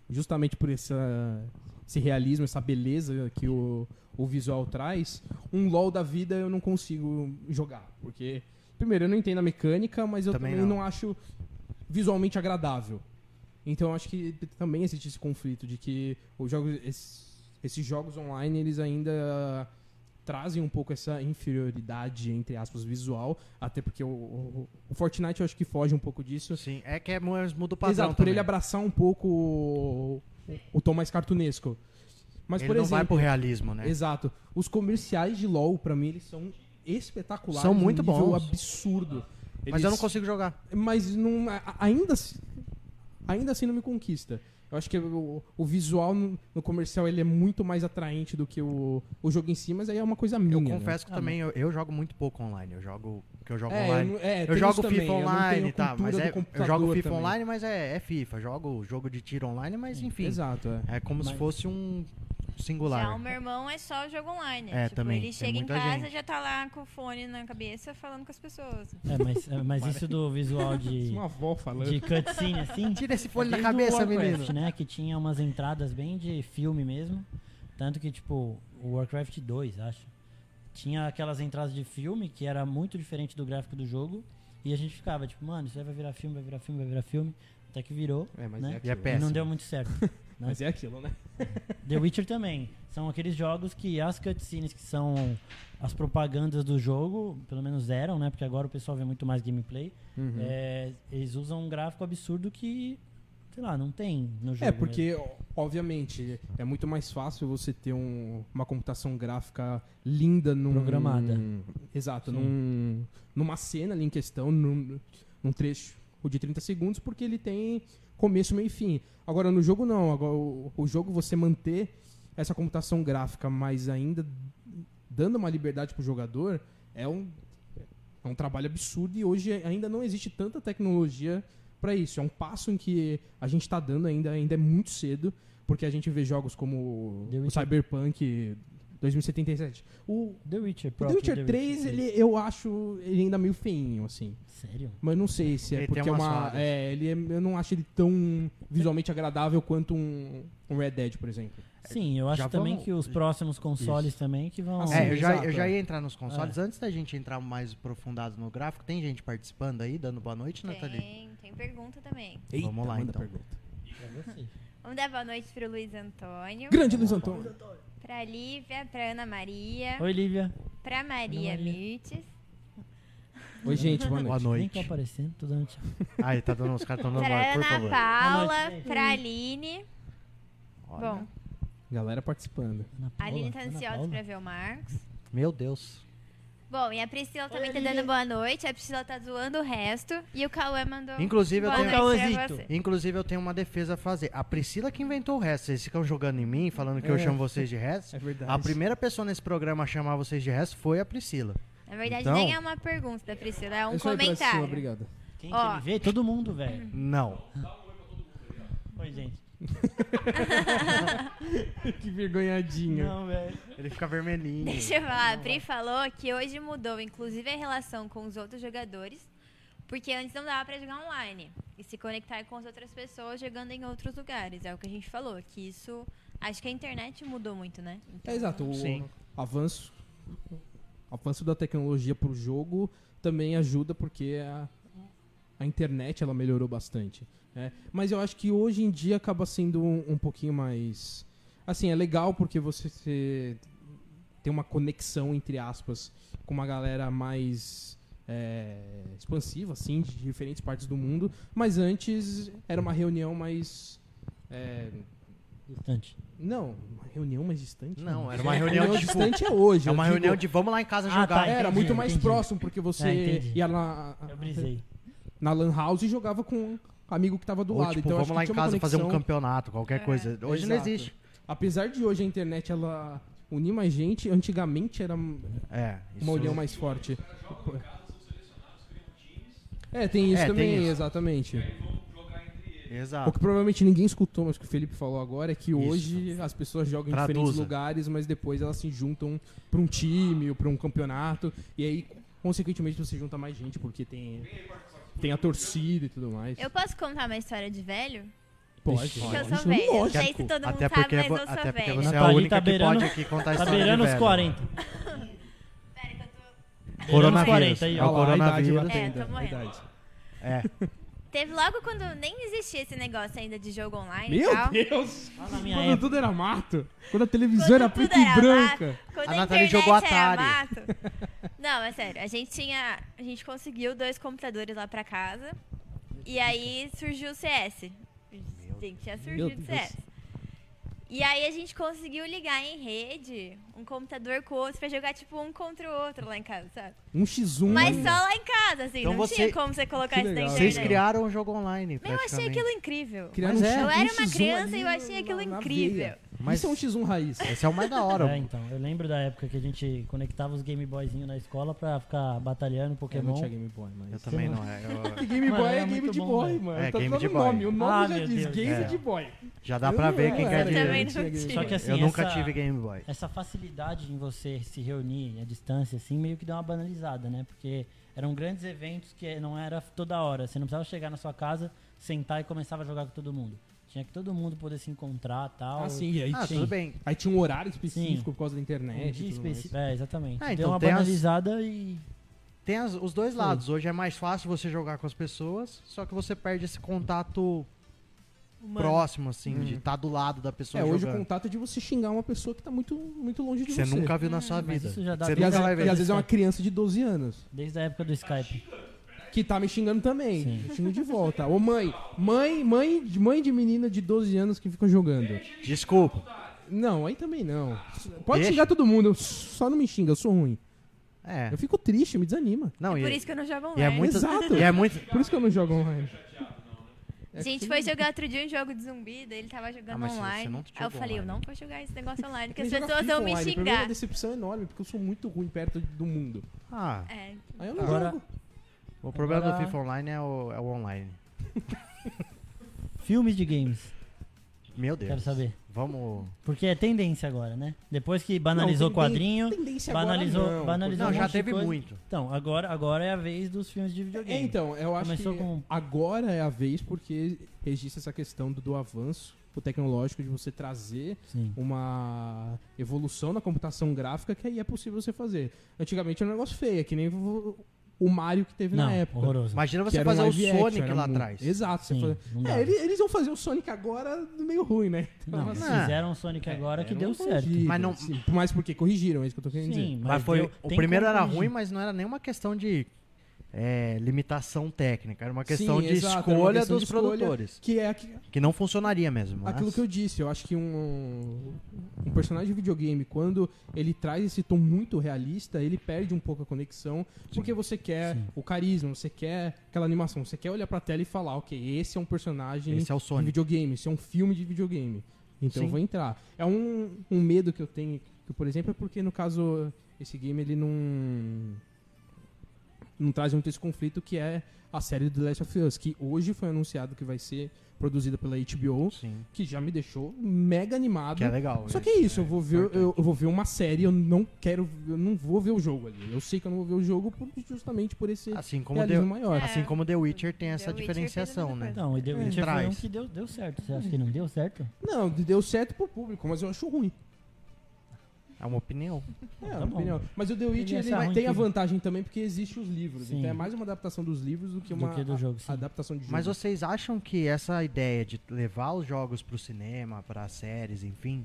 Speaker 4: justamente por essa, esse realismo, essa beleza que o, o visual traz, um LOL da vida eu não consigo jogar. Porque, primeiro, eu não entendo a mecânica, mas eu
Speaker 1: Também
Speaker 4: também,
Speaker 1: não.
Speaker 4: não. acho visualmente agradável. Então eu acho que também existe esse conflito de que os jogos, esses, esses jogos online, eles ainda trazem um pouco essa inferioridade, entre aspas, visual, até porque o, o- o Fortnite eu acho que foge um pouco disso.
Speaker 1: Sim, é que é, mu- muda o padrão.
Speaker 4: Exato, por ele
Speaker 1: também.
Speaker 4: abraçar um pouco o, o tom mais cartunesco. Mas,
Speaker 1: Ele
Speaker 4: por
Speaker 1: não vai
Speaker 4: exemplo,
Speaker 1: pro realismo, né?
Speaker 4: exato, os comerciais de LoL, pra mim, eles são espetaculares.
Speaker 1: São muito
Speaker 4: num nível
Speaker 1: bons.
Speaker 4: absurdo.
Speaker 1: Mas eu não
Speaker 4: Eles-
Speaker 1: consigo jogar.
Speaker 4: mas não, a- ainda assim- ainda assim não me conquista. Eu acho que o, o visual no, no comercial ele é muito mais atraente do que o, o jogo em si, mas aí é uma coisa minha.
Speaker 1: Eu
Speaker 4: né?
Speaker 1: confesso que
Speaker 3: Ah,
Speaker 1: também eu, eu jogo muito pouco online. Eu jogo o que eu jogo
Speaker 4: É,
Speaker 1: online.
Speaker 4: não- é,
Speaker 1: Eu,
Speaker 4: tem isso
Speaker 1: jogo
Speaker 4: também,
Speaker 1: FIFA
Speaker 4: eu não tenho
Speaker 1: online,
Speaker 4: a
Speaker 1: tá?
Speaker 4: cultura
Speaker 1: Mas
Speaker 4: do
Speaker 1: é, eu
Speaker 4: computador
Speaker 1: jogo FIFA
Speaker 4: também.
Speaker 1: online, mas é, é FIFA. Jogo jogo de tiro online, mas enfim.
Speaker 4: Exato, é.
Speaker 1: É como se
Speaker 3: Mas-
Speaker 1: fosse um singular.
Speaker 2: Já o meu irmão é só jogo online. né?
Speaker 1: É,
Speaker 2: tipo,
Speaker 1: também,
Speaker 2: Ele
Speaker 1: tem
Speaker 2: chega em
Speaker 1: muita
Speaker 2: casa
Speaker 1: gente.
Speaker 2: e já tá lá com o fone na cabeça falando com as pessoas.
Speaker 3: É, mas, é, mas isso do visual de,
Speaker 4: é Uma avó falando.
Speaker 3: de cutscene, assim.
Speaker 1: Tira esse fone da
Speaker 3: desde o
Speaker 1: cabeça,
Speaker 3: Warcraft,
Speaker 1: menino.
Speaker 3: né? Que tinha umas entradas bem de filme mesmo. Tanto que, tipo, o Warcraft 2, acho. Tinha aquelas entradas de filme que era muito diferente do gráfico do jogo. E a gente ficava, tipo, mano, isso aí vai virar filme, vai virar filme, vai virar filme. Até que virou.
Speaker 4: É, mas
Speaker 3: né?
Speaker 4: é
Speaker 1: E é
Speaker 4: aquilo.
Speaker 1: péssimo.
Speaker 3: E não deu muito certo.
Speaker 4: Mas é aquilo, né?
Speaker 3: The Witcher também. São aqueles jogos que as cutscenes que são as propagandas do jogo, pelo menos eram, né? Porque agora o pessoal vê muito mais gameplay.
Speaker 1: Uhum.
Speaker 3: É, eles usam um gráfico absurdo que, sei lá, não tem no jogo. né?
Speaker 4: É, porque, ó, obviamente, é muito mais fácil você ter um- uma computação gráfica linda num.
Speaker 3: Programada.
Speaker 4: Exato,
Speaker 3: Sim.
Speaker 4: num, numa cena ali em questão, num, num trecho de 30 segundos, porque ele tem começo, meio e fim. Agora, no jogo, não. Agora, o, o jogo, você manter essa computação gráfica, mas ainda dando uma liberdade pro jogador, é um, é um trabalho absurdo e hoje ainda não existe tanta tecnologia para isso. É um passo em que a gente está dando ainda, ainda é muito cedo, porque a gente vê jogos como
Speaker 3: The
Speaker 4: o
Speaker 3: Witcher.
Speaker 4: Cyberpunk 2077. O
Speaker 3: The Witcher
Speaker 4: o The
Speaker 3: próprio.
Speaker 4: Witcher 3, ele, eu acho ele ainda meio feinho, assim.
Speaker 3: Sério?
Speaker 4: Mas não sei se é
Speaker 1: Ele tem
Speaker 4: porque é
Speaker 1: umas
Speaker 4: uma.
Speaker 1: falhas.
Speaker 4: é, ele é- eu não acho ele tão visualmente agradável quanto um, um Red Dead, por exemplo.
Speaker 3: Sim, eu acho
Speaker 1: já
Speaker 3: também
Speaker 1: vamos-
Speaker 3: que os próximos consoles também que vão...
Speaker 4: Assim,
Speaker 1: É, eu já,
Speaker 4: exato,
Speaker 1: eu já
Speaker 4: é.
Speaker 1: ia entrar nos consoles. Antes da gente entrar mais aprofundado no gráfico, tem gente participando aí, dando boa noite, Nathalie?
Speaker 2: Tem, tem pergunta também.
Speaker 1: Vamos lá,
Speaker 4: manda
Speaker 1: então.
Speaker 4: pergunta.
Speaker 2: Vamos dar boa noite pro Luiz Antônio,
Speaker 4: Grande Luiz Antônio.
Speaker 2: pra Lívia, pra Ana Maria,
Speaker 3: Oi, Lívia.
Speaker 2: pra Maria,
Speaker 3: Ana Maria.
Speaker 2: Mirtes,
Speaker 4: Oi, gente, boa
Speaker 1: Boa
Speaker 4: noite.
Speaker 3: Nem tô
Speaker 1: noite.
Speaker 3: aparecendo, tô dando tchau.
Speaker 1: Aí, tá dando os cartões dando
Speaker 2: pra
Speaker 1: bola, por
Speaker 2: Ana
Speaker 1: favor.
Speaker 2: Paula,
Speaker 3: Boa noite,
Speaker 2: pra Aline.
Speaker 1: Olha.
Speaker 2: Bom,
Speaker 4: Galera participando.
Speaker 3: Ana
Speaker 2: a
Speaker 3: Paula,
Speaker 2: Aline tá
Speaker 3: Ana
Speaker 2: ansiosa
Speaker 3: Paula.
Speaker 2: pra ver o Marcos.
Speaker 1: Meu Deus.
Speaker 2: Bom, e a Priscila também tá
Speaker 3: Aline.
Speaker 2: dando boa noite, a Priscila tá zoando o resto, e o Cauê mandou
Speaker 1: Inclusive, eu
Speaker 2: boa
Speaker 1: tenho- um
Speaker 2: noite pra
Speaker 3: Cauêzito.
Speaker 2: você.
Speaker 1: Inclusive, eu tenho uma defesa a fazer. A Priscila que inventou o resto. Vocês ficam jogando em mim, falando que eu
Speaker 4: É.
Speaker 1: chamo vocês de resto.
Speaker 4: É verdade.
Speaker 1: A primeira pessoa nesse programa a chamar vocês de resto foi a Priscila.
Speaker 2: Na verdade,
Speaker 1: Então-
Speaker 2: nem é uma pergunta da Priscila, é um
Speaker 4: Eu sou aí pra cima,
Speaker 2: comentário.
Speaker 4: Obrigado.
Speaker 3: Quem
Speaker 2: Ó.
Speaker 3: que ele vê? Todo mundo, velho.
Speaker 1: Não.
Speaker 3: Oi, gente.
Speaker 4: que vergonhadinho.
Speaker 3: Não, velho.
Speaker 1: Ele fica vermelhinho.
Speaker 2: Deixa eu falar, a Pri falou que hoje mudou, inclusive, a relação com os outros jogadores, porque antes não dava pra jogar online e se conectar com as outras pessoas jogando em outros lugares. É o que a gente falou, que isso. Acho que a internet mudou muito, né? Então,
Speaker 4: É exato, o
Speaker 1: Sim.
Speaker 4: avanço avanço da tecnologia pro jogo também ajuda porque a, a internet ela melhorou bastante. né? Mas eu acho que hoje em dia acaba sendo um, um pouquinho mais assim é legal porque você se- tem uma conexão entre aspas com uma galera mais é, expansiva assim de diferentes partes do mundo. Mas antes era uma reunião mais é,
Speaker 3: Distante.
Speaker 4: não, uma reunião mais distante.
Speaker 1: Não, era uma reunião de. Tipo,
Speaker 4: distante é hoje.
Speaker 1: é
Speaker 4: eu
Speaker 1: uma
Speaker 4: digo- é,
Speaker 1: reunião de vamos lá em casa
Speaker 3: Ah,
Speaker 1: jogar.
Speaker 3: tá,
Speaker 4: era
Speaker 3: entendi,
Speaker 4: muito mais
Speaker 3: entendi.
Speaker 4: próximo, porque você
Speaker 3: Ah, entendi.
Speaker 4: ia lá
Speaker 3: Eu brisei.
Speaker 4: na Lan House e jogava com um amigo que tava do
Speaker 1: Ou,
Speaker 4: lado.
Speaker 1: tipo,
Speaker 4: então acho
Speaker 1: vamos
Speaker 4: que
Speaker 1: lá em
Speaker 4: tinha uma
Speaker 1: casa fazer um
Speaker 4: conexão.
Speaker 1: campeonato, qualquer
Speaker 2: É.
Speaker 1: coisa. Hoje não
Speaker 4: Exato.
Speaker 1: existe.
Speaker 4: Apesar de hoje a internet ela unir mais gente, antigamente era uma
Speaker 1: É. isso-
Speaker 4: união mais forte. É, tem isso
Speaker 1: É, tem
Speaker 4: também,
Speaker 1: isso.
Speaker 4: exatamente. O
Speaker 1: Exato.
Speaker 4: que provavelmente ninguém escutou, mas o que o Felipe falou agora é que
Speaker 1: Ah. Isso.
Speaker 4: hoje as pessoas jogam em diferentes
Speaker 1: Traduza.
Speaker 4: lugares, mas depois elas se juntam pra um time ou pra um campeonato. E aí, consequentemente, você junta mais gente, porque tem, tem a torcida e tudo mais.
Speaker 2: Eu posso contar uma história de velho?
Speaker 4: Pode.
Speaker 2: Porque eu
Speaker 4: Isso
Speaker 2: sou velha. Não sei
Speaker 4: lógico.
Speaker 2: se todo mundo
Speaker 1: Até
Speaker 2: sabe,
Speaker 1: porque,
Speaker 2: mas
Speaker 1: vo-
Speaker 2: eu
Speaker 1: até
Speaker 2: sou
Speaker 1: porque
Speaker 2: velha.
Speaker 1: você é a
Speaker 3: Nathalie
Speaker 1: única
Speaker 3: tá beirando-
Speaker 1: que pode aqui contar a
Speaker 3: Tá
Speaker 1: história. de
Speaker 3: beirando os
Speaker 1: velho.
Speaker 3: 40.
Speaker 2: Pera que eu tô-
Speaker 3: Beirando os
Speaker 1: Coronavírus.
Speaker 3: 40 aí,
Speaker 1: É
Speaker 4: Olha
Speaker 1: o
Speaker 3: ó.
Speaker 4: lá, a idade
Speaker 1: coronavírus.
Speaker 4: batendo,
Speaker 2: É, tô
Speaker 4: a
Speaker 2: morrendo.
Speaker 4: idade.
Speaker 1: É.
Speaker 2: Teve logo quando nem existia esse negócio ainda de jogo online e
Speaker 4: Meu
Speaker 2: tal.
Speaker 4: Deus!
Speaker 3: Lá na minha
Speaker 4: Quando
Speaker 3: época.
Speaker 4: tudo era mato, quando a televisão era
Speaker 2: Quando tudo
Speaker 4: preta e
Speaker 2: era
Speaker 4: branca.
Speaker 2: mato, quando
Speaker 1: A
Speaker 2: a,
Speaker 1: Nathalie
Speaker 2: internet
Speaker 1: jogou
Speaker 2: era
Speaker 1: Atari.
Speaker 2: mato. Não, é sério. A gente tinha. A gente conseguiu dois computadores lá pra casa. E aí surgiu o CS. Sim, tinha surgido o
Speaker 4: Deus.
Speaker 2: CS. E aí a gente conseguiu ligar em rede um computador com o outro pra jogar, tipo, um contra o outro lá em casa, sabe?
Speaker 4: Um X1.
Speaker 2: Mas
Speaker 4: ainda.
Speaker 2: só lá em casa, assim,
Speaker 1: Hum. Então
Speaker 2: não
Speaker 1: você-
Speaker 2: tinha como você colocar
Speaker 4: Que
Speaker 2: isso na
Speaker 4: legal.
Speaker 2: internet.
Speaker 1: Vocês criaram um jogo online,
Speaker 2: Meu, eu
Speaker 1: praticamente.
Speaker 2: achei aquilo incrível.
Speaker 4: Criaram
Speaker 1: Mas
Speaker 4: um
Speaker 1: é.
Speaker 4: X-
Speaker 2: Eu
Speaker 4: um
Speaker 2: era uma
Speaker 4: X1
Speaker 2: criança
Speaker 4: ali
Speaker 2: e eu achei
Speaker 4: na-
Speaker 2: aquilo
Speaker 4: na
Speaker 2: incrível.
Speaker 4: veia.
Speaker 1: Mas-
Speaker 4: Isso é um X1 raiz.
Speaker 1: Esse é o mais da hora.
Speaker 3: É,
Speaker 1: mano.
Speaker 3: então, eu lembro da época que a gente conectava os Game Boyzinho na escola pra ficar batalhando
Speaker 4: Eu não
Speaker 3: Pokémon.
Speaker 4: tinha Game Boy, mas...
Speaker 1: Eu também não. é,
Speaker 4: Que
Speaker 1: eu-
Speaker 4: Game
Speaker 3: Mano,
Speaker 4: Boy é
Speaker 3: era
Speaker 4: Game
Speaker 3: muito
Speaker 4: de
Speaker 3: bom,
Speaker 4: Boy,
Speaker 3: velho.
Speaker 4: mano.
Speaker 1: É,
Speaker 4: tá
Speaker 1: Game
Speaker 4: todo
Speaker 1: de
Speaker 4: no
Speaker 1: Boy.
Speaker 4: nome. O nome
Speaker 3: Ah,
Speaker 4: já
Speaker 3: meu
Speaker 4: diz
Speaker 3: Deus,
Speaker 4: Game
Speaker 1: é.
Speaker 4: de Boy.
Speaker 1: já dá
Speaker 4: Eu
Speaker 1: pra
Speaker 4: não
Speaker 1: ver quem
Speaker 4: era,
Speaker 1: quer
Speaker 2: Eu
Speaker 4: eu
Speaker 1: dinheiro.
Speaker 2: também não
Speaker 4: tinha Game
Speaker 2: tinha.
Speaker 3: Só que assim,
Speaker 1: eu nunca
Speaker 3: essa- É,
Speaker 1: tive Game Boy.
Speaker 3: Essa facilidade em você se reunir à distância, assim, meio que deu uma banalizada, né? Porque eram grandes eventos que não era toda hora. Você não precisava chegar na sua casa, sentar e começava a jogar com todo mundo. Tinha que todo mundo poder se encontrar tal.
Speaker 4: Ah, sim. E aí,
Speaker 1: Ah,
Speaker 4: tinha...
Speaker 1: tudo bem.
Speaker 4: aí tinha um horário específico
Speaker 3: Sim.
Speaker 4: por causa da
Speaker 3: Um
Speaker 4: internet.
Speaker 3: dia
Speaker 4: e tudo mais.
Speaker 3: específico. É, exatamente.
Speaker 1: Ah,
Speaker 3: deu
Speaker 1: então
Speaker 3: uma
Speaker 1: tem as-
Speaker 3: banalizada e.
Speaker 1: Tem as- os dois lados. Hoje é mais fácil você jogar com as pessoas, só que você perde esse contato próximo, assim, de estar do lado da pessoa
Speaker 4: É, hoje o
Speaker 1: jogando.
Speaker 4: contato é de você xingar uma pessoa que tá muito, muito longe de
Speaker 1: Você
Speaker 4: você.
Speaker 1: nunca viu na sua
Speaker 3: mas
Speaker 1: vida.
Speaker 3: isso já dá
Speaker 1: Você
Speaker 3: pra-
Speaker 4: E às,
Speaker 1: nunca vai
Speaker 4: e
Speaker 1: ver.
Speaker 4: às vezes é uma criança de 12 anos
Speaker 3: Desde a época do Skype.
Speaker 4: que tá me xingando também.
Speaker 3: Sim.
Speaker 4: Eu xingo de volta. Ô mãe, mãe, mãe, de- mãe de menina de 12 anos que fica jogando.
Speaker 1: Desculpa.
Speaker 4: Não, aí também não. Pode
Speaker 1: Deixa.
Speaker 4: xingar todo mundo, eu só não me xinga, eu sou ruim.
Speaker 1: É.
Speaker 4: Eu fico triste, me desanima.
Speaker 1: Não,
Speaker 2: Por
Speaker 1: e,
Speaker 2: isso que eu não jogo
Speaker 1: e é
Speaker 2: online.
Speaker 1: muito.
Speaker 4: Exato.
Speaker 1: E é muito.
Speaker 4: Por isso que eu não jogo online. É
Speaker 2: A gente foi jogar outro dia um jogo de zumbi, daí ele tava
Speaker 1: Ah,
Speaker 2: jogando
Speaker 1: mas você- você
Speaker 2: online.
Speaker 1: não
Speaker 2: Aí eu
Speaker 1: jogou
Speaker 2: falei, eu
Speaker 1: online.
Speaker 2: não vou jogar esse negócio online, porque
Speaker 4: Eu
Speaker 2: as
Speaker 4: jogo
Speaker 2: pessoas
Speaker 4: FIFA
Speaker 2: vão me
Speaker 4: online. Pra mim é uma
Speaker 2: xingar.
Speaker 4: decepção enorme, porque eu sou muito ruim perto do mundo.
Speaker 1: Ah,
Speaker 2: É,
Speaker 4: Aí eu não
Speaker 3: Agora-
Speaker 4: jogo.
Speaker 1: o problema do
Speaker 3: Agora-
Speaker 1: FIFA Online é o, é o online.
Speaker 3: Filmes de games,
Speaker 1: Meu Deus.
Speaker 3: quero saber.
Speaker 1: Vamos.
Speaker 3: Porque é tendência agora, né? Depois que banalizou
Speaker 4: Não,
Speaker 3: o
Speaker 4: tenden-
Speaker 3: quadrinho.
Speaker 4: tendência agora
Speaker 3: banalizou,
Speaker 4: não.
Speaker 3: banalizou
Speaker 1: Não,
Speaker 3: um
Speaker 1: já
Speaker 3: monte de
Speaker 1: teve
Speaker 3: coisa.
Speaker 1: muito.
Speaker 3: Então, agora, agora é a vez dos filmes de
Speaker 4: É,
Speaker 3: videogame.
Speaker 4: então, eu acho
Speaker 3: Começou
Speaker 4: que
Speaker 3: com- um-
Speaker 4: agora é a vez porque registra essa questão do, do avanço do tecnológico de você trazer
Speaker 3: Sim.
Speaker 4: uma evolução na computação gráfica que aí é possível você fazer. Antigamente era um negócio feio, é que nem o o Mario que teve
Speaker 3: Não,
Speaker 4: na época.
Speaker 3: horroroso.
Speaker 1: Imagina
Speaker 4: Que
Speaker 1: você
Speaker 4: era um
Speaker 1: fazer o
Speaker 4: live action,
Speaker 1: Sonic
Speaker 4: era
Speaker 1: lá
Speaker 4: muito-
Speaker 1: atrás.
Speaker 4: Exato. você
Speaker 3: Sim,
Speaker 4: fazia-
Speaker 3: não dá.
Speaker 4: É, eles, eles vão fazer o Sonic agora meio ruim, né?
Speaker 3: Não,
Speaker 1: Não.
Speaker 3: fizeram o Sonic
Speaker 4: É,
Speaker 3: agora que
Speaker 4: um
Speaker 3: deu certo.
Speaker 1: Mas não-
Speaker 4: Sim, mas assim. porque corrigiram, é isso que eu tô querendo
Speaker 3: Sim,
Speaker 4: dizer.
Speaker 3: mas,
Speaker 1: Mas foi,
Speaker 3: deu-
Speaker 1: o
Speaker 3: tem
Speaker 1: primeiro
Speaker 3: como
Speaker 1: era
Speaker 3: corrigir.
Speaker 1: ruim, mas não era nenhuma questão de é, limitação técnica. Era uma questão
Speaker 4: Sim,
Speaker 1: de
Speaker 4: exato, era uma
Speaker 1: escolha
Speaker 4: questão
Speaker 1: dos
Speaker 4: de escolha
Speaker 1: produtores.
Speaker 4: Que é aqui-
Speaker 1: Que não funcionaria mesmo. né? mas-
Speaker 4: Aquilo que eu disse, eu acho que um, um personagem de videogame, quando ele traz esse tom muito realista, ele perde um pouco a conexão, porque você quer o carisma, você quer aquela animação, você quer olhar pra tela e falar, ok, esse é um personagem
Speaker 1: Esse é o
Speaker 4: de
Speaker 1: Sonic.
Speaker 4: videogame, esse é um filme de videogame. Então
Speaker 1: Sim.
Speaker 4: eu vou entrar. É um, um medo que eu tenho, que, por exemplo, é porque no caso, esse game ele não. Não traz muito esse conflito que é a série do The Last of Us, que hoje foi anunciado que vai ser produzida pela HBO
Speaker 1: Sim.
Speaker 4: que já me deixou mega animado.
Speaker 1: Que é legal.
Speaker 4: Só
Speaker 1: né?
Speaker 4: que é isso, eu vou ver,
Speaker 1: importante.
Speaker 4: eu, eu vou ver uma série, eu não quero, eu não vou ver o jogo ali. Eu sei que eu não vou ver o jogo por- justamente por esse
Speaker 1: Assim como, The,
Speaker 4: realismo maior.
Speaker 2: É.
Speaker 1: assim como The Witcher tem
Speaker 2: The
Speaker 1: essa
Speaker 2: Witcher fez a
Speaker 1: diferenciação,
Speaker 2: mesma
Speaker 1: né?
Speaker 3: Não, e The Witcher foi um
Speaker 1: Traz.
Speaker 3: que deu, deu certo. Você acha que não deu certo?
Speaker 4: Não, deu certo pro público, mas eu acho ruim.
Speaker 1: É uma opinião.
Speaker 4: É,
Speaker 3: Tá
Speaker 4: na
Speaker 3: bom.
Speaker 4: opinião. Mas o The Witch
Speaker 3: ia
Speaker 4: ele
Speaker 3: ser ruim
Speaker 4: tem a
Speaker 3: que-
Speaker 4: vantagem também porque existe os livros.
Speaker 3: Sim.
Speaker 4: Então é mais uma adaptação dos livros do que uma
Speaker 3: que do jogo,
Speaker 4: a-
Speaker 3: sim.
Speaker 4: adaptação de jogo.
Speaker 1: Mas vocês acham que essa ideia de levar os jogos pro cinema, para séries, enfim,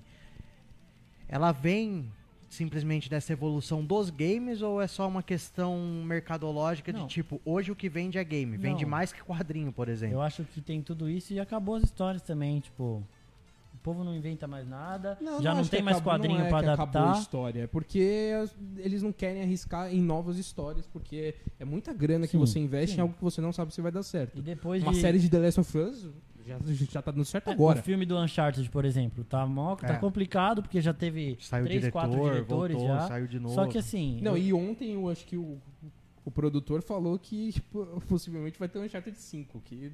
Speaker 1: ela vem simplesmente dessa evolução dos games ou é só uma questão mercadológica
Speaker 3: Não.
Speaker 1: de tipo, hoje o que vende é game, vende
Speaker 3: Não.
Speaker 1: mais que quadrinho, por exemplo?
Speaker 3: Eu acho que tem tudo isso e acabou as histórias também, tipo... O povo não inventa mais nada, já não,
Speaker 4: acho que
Speaker 3: tem mais
Speaker 4: acabou-
Speaker 3: quadrinho
Speaker 4: não é
Speaker 3: pra
Speaker 4: que Acabou a
Speaker 3: adaptar.
Speaker 4: história, é porque as- eles não querem arriscar em novas histórias, porque é muita grana que
Speaker 3: Sim,
Speaker 4: você investe
Speaker 3: sim.
Speaker 4: em algo que você não sabe se vai dar certo.
Speaker 3: E depois
Speaker 4: Uma
Speaker 3: de...
Speaker 4: série de The Last of Us já, já tá dando certo
Speaker 3: É,
Speaker 4: agora.
Speaker 3: O filme do Uncharted, por exemplo, tá, mó, tá
Speaker 1: É.
Speaker 3: complicado, porque já teve
Speaker 1: Saiu o
Speaker 3: três,
Speaker 1: diretor,
Speaker 3: quatro diretores
Speaker 1: voltou,
Speaker 3: já.
Speaker 1: saiu de novo.
Speaker 3: Só que assim,
Speaker 4: Não, e ontem eu acho que o, o produtor falou que tipo, possivelmente vai ter um Uncharted 5, que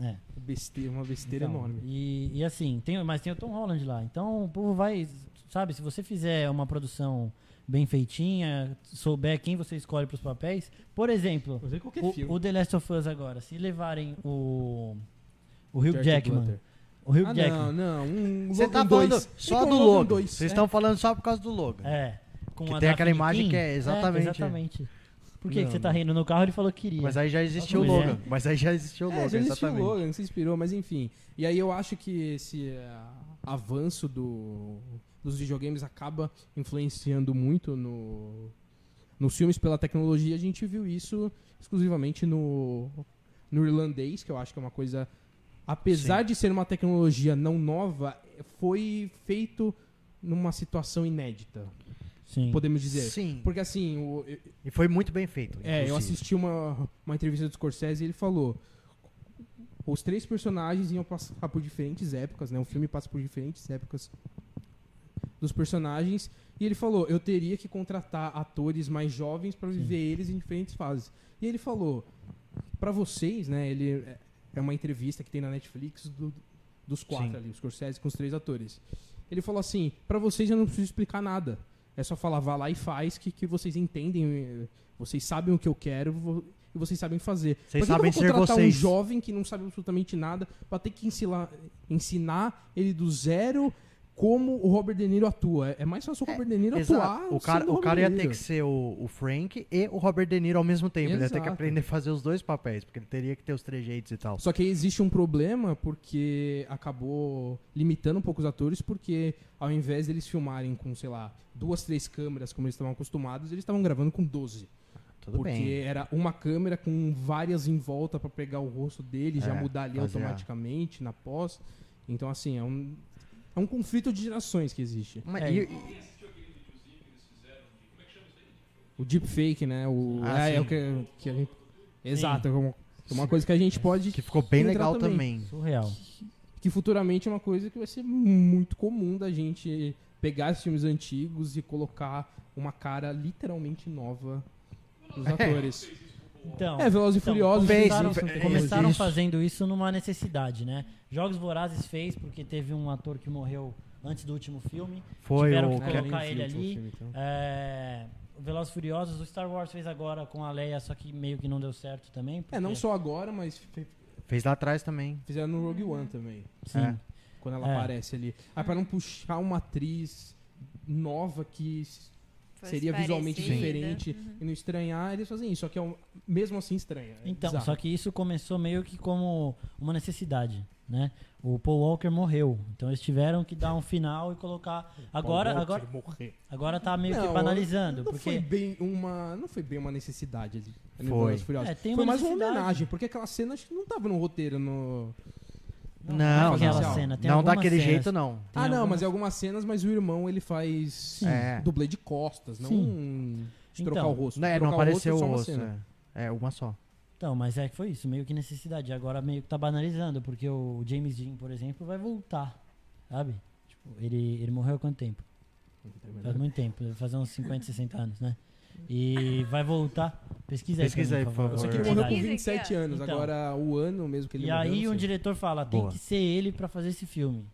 Speaker 3: É.
Speaker 4: besteira, uma besteira
Speaker 3: Então,
Speaker 4: é enorme.
Speaker 3: E, e assim, tem, mas tem o Tom Holland lá. Então o povo vai. Sabe, se você fizer uma produção bem feitinha, souber quem você escolhe para os papéis. Por exemplo,
Speaker 4: Fazer qualquer filme.
Speaker 3: o, o The Last of Us agora. Se levarem o. O Hugh
Speaker 4: Jared
Speaker 3: Jackman.
Speaker 4: Butler.
Speaker 3: O Hugh
Speaker 4: Ah, não,
Speaker 3: Jackman.
Speaker 4: não. Um
Speaker 1: Você
Speaker 4: Logan
Speaker 1: tá
Speaker 4: dois.
Speaker 1: falando só
Speaker 4: Então,
Speaker 1: do
Speaker 4: Logan
Speaker 1: logo.
Speaker 4: dois.
Speaker 1: Vocês estão falando só por causa do logo.
Speaker 3: É. Com
Speaker 1: Que
Speaker 3: a
Speaker 1: tem aquela
Speaker 3: Daphne
Speaker 1: imagem
Speaker 3: King.
Speaker 1: que é exatamente-
Speaker 3: exatamente. Por que, que
Speaker 4: Não,
Speaker 3: você tá
Speaker 4: não.
Speaker 3: rindo no carro? Ele falou que queria.
Speaker 1: Mas aí já existiu o
Speaker 3: Pois
Speaker 1: logo.
Speaker 3: é.
Speaker 1: Mas aí já existiu o logo,
Speaker 4: É, já existiu o
Speaker 1: exatamente.
Speaker 4: Logan, se inspirou, mas enfim. E aí eu acho que esse eh, avanço do- dos videogames acaba influenciando muito no- nos filmes pela tecnologia. A gente viu isso exclusivamente no, no irlandês, que eu acho que é uma coisa Apesar de ser uma tecnologia não nova, foi feito numa situação inédita,
Speaker 3: Sim.
Speaker 4: podemos dizer.
Speaker 1: Sim.
Speaker 4: Porque assim, o-
Speaker 1: E foi muito bem feito.
Speaker 4: é, eu
Speaker 1: inclusive.
Speaker 4: assisti uma, uma entrevista do Scorsese e ele falou: os três personagens iam passar por diferentes épocas, né? O filme passa por diferentes épocas dos personagens. E ele falou: eu teria que contratar atores mais jovens para viver eles em diferentes fases. E ele falou: para vocês, né? Ele é uma entrevista que tem na Netflix do- dos quatro
Speaker 1: Sim.
Speaker 4: ali, os Scorsese com os três atores. Ele falou assim: para vocês eu não preciso explicar nada. É só falar, vá lá e faz, que, que vocês entendem, eh, vocês sabem o que eu quero vo- e vocês sabem fazer.
Speaker 1: Vocês
Speaker 4: Por que
Speaker 1: sabem
Speaker 4: que eu
Speaker 1: ser
Speaker 4: vou contratar um
Speaker 1: vocês?
Speaker 4: jovem que não sabe absolutamente nada para ter que ensinar, ensinar ele do zero como o Robert De Niro atua? É- É mais fácil o Robert De Niro
Speaker 1: Exato.
Speaker 4: atuar.
Speaker 1: O cara,
Speaker 4: sendo
Speaker 1: o
Speaker 4: Robert
Speaker 1: cara ia
Speaker 4: De
Speaker 1: ter
Speaker 4: Niro.
Speaker 1: que ser o, o Frank e o Robert De Niro ao mesmo tempo. Ele ia ter que
Speaker 4: Exato.
Speaker 1: aprender a fazer os dois papéis, porque ele teria que ter os trejeitos e tal.
Speaker 4: Só que aí existe um problema porque acabou limitando um pouco os atores, porque ao invés deles filmarem com, sei lá, duas, três câmeras como eles estavam acostumados, eles estavam gravando com 12.
Speaker 1: Tudo
Speaker 4: porque
Speaker 1: bem.
Speaker 4: era uma câmera com várias em volta pra pegar o rosto dele, já
Speaker 1: É,
Speaker 4: mudar ali
Speaker 1: fazer a-
Speaker 4: automaticamente na pós. Então, assim, é um, é um conflito de gerações que existe.
Speaker 1: Mas
Speaker 3: É.
Speaker 1: e-
Speaker 4: O deepfake, né? O,
Speaker 1: Ah,
Speaker 4: é, é
Speaker 1: sim.
Speaker 4: o que, que a gente. Exato, é uma, é uma coisa que a gente pode.
Speaker 1: que ficou bem
Speaker 4: entrar
Speaker 1: legal também.
Speaker 3: Surreal.
Speaker 4: que futuramente é uma coisa que vai ser muito comum da gente pegar esses filmes antigos e colocar uma cara literalmente nova nos atores.
Speaker 3: É. Então,
Speaker 4: É, Velozes e Furiosos
Speaker 1: fez,
Speaker 4: usaram
Speaker 1: fez,
Speaker 4: essa
Speaker 1: fez.
Speaker 4: tecnologia.
Speaker 3: começaram
Speaker 1: Isso.
Speaker 3: fazendo isso numa necessidade, né? Jogos Vorazes fez porque teve um ator que morreu antes do último filme.
Speaker 1: Foi
Speaker 3: Tiveram
Speaker 1: o
Speaker 3: que
Speaker 4: É,
Speaker 1: Ke-
Speaker 3: colocar
Speaker 4: nem o
Speaker 3: ele
Speaker 4: último
Speaker 3: ali.
Speaker 4: filme, então.
Speaker 3: É, o Velozes e Furiosos, o Star Wars fez agora com a Leia, só que meio que não deu certo também.
Speaker 4: É, não
Speaker 3: porque-
Speaker 4: só agora, mas fe-
Speaker 1: fez lá atrás também.
Speaker 4: fizeram no Rogue One também,
Speaker 3: Sim.
Speaker 1: É.
Speaker 4: quando ela
Speaker 3: É.
Speaker 4: aparece ali. Aí pra não puxar uma atriz nova que s-
Speaker 2: Fosse
Speaker 4: seria visualmente
Speaker 2: parecida. Uhum.
Speaker 4: diferente e não estranhar, eles fazem isso. Só que é um- mesmo assim estranha. É
Speaker 3: Então,
Speaker 4: bizarro.
Speaker 3: só que isso começou meio que como uma necessidade, né? O Paul Walker morreu, então eles tiveram que dar um final e colocar. Agora, agora, agora tá meio que
Speaker 4: Não,
Speaker 3: banalizando,
Speaker 4: não
Speaker 3: porque
Speaker 4: foi bem uma não foi bem uma necessidade ali ali no
Speaker 1: Foi.
Speaker 4: Velozes e Furiosos.
Speaker 3: É, tem
Speaker 4: foi
Speaker 3: uma
Speaker 4: mais uma
Speaker 3: necessidade.
Speaker 4: homenagem porque aquela cena acho que não tava no roteiro no
Speaker 1: Não,
Speaker 3: não
Speaker 1: não.
Speaker 3: é aquela
Speaker 1: Não,
Speaker 3: cena, tem
Speaker 1: não
Speaker 3: algumas
Speaker 1: daquele
Speaker 3: cenas.
Speaker 1: jeito, não.
Speaker 3: Tem
Speaker 4: ah não
Speaker 3: algumas-
Speaker 4: mas em algumas cenas mas o irmão ele faz um
Speaker 1: É.
Speaker 4: dublê de costas não um de trocar
Speaker 3: Então.
Speaker 4: o rosto
Speaker 1: Não, é,
Speaker 4: Trocar
Speaker 1: não apareceu
Speaker 4: é só
Speaker 1: o
Speaker 4: uma
Speaker 1: osso.
Speaker 4: cena.
Speaker 1: É, É, uma só.
Speaker 3: Então, mas é que foi isso, meio que necessidade. Agora meio que tá banalizando, porque o James Dean, por exemplo, vai voltar, sabe? Tipo, ele, ele morreu há quanto tempo?
Speaker 1: é.
Speaker 3: Faz muito tempo, deve fazer uns 50, 60 anos, né? E vai voltar. Pesquisa aí. pra
Speaker 1: Pesquisa
Speaker 3: mim,
Speaker 1: aí,
Speaker 3: por
Speaker 1: por favor.
Speaker 3: favor.
Speaker 4: eu sei que ele
Speaker 2: Verdade.
Speaker 4: morreu com
Speaker 2: Pesquisa aqui,
Speaker 4: 27
Speaker 2: ó.
Speaker 4: anos
Speaker 3: Então.
Speaker 4: agora o ano mesmo que ele
Speaker 3: um- E aí
Speaker 4: morreu
Speaker 3: um
Speaker 4: não
Speaker 3: o
Speaker 4: sei.
Speaker 3: diretor fala, tem
Speaker 1: Boa.
Speaker 3: que ser ele pra fazer esse filme.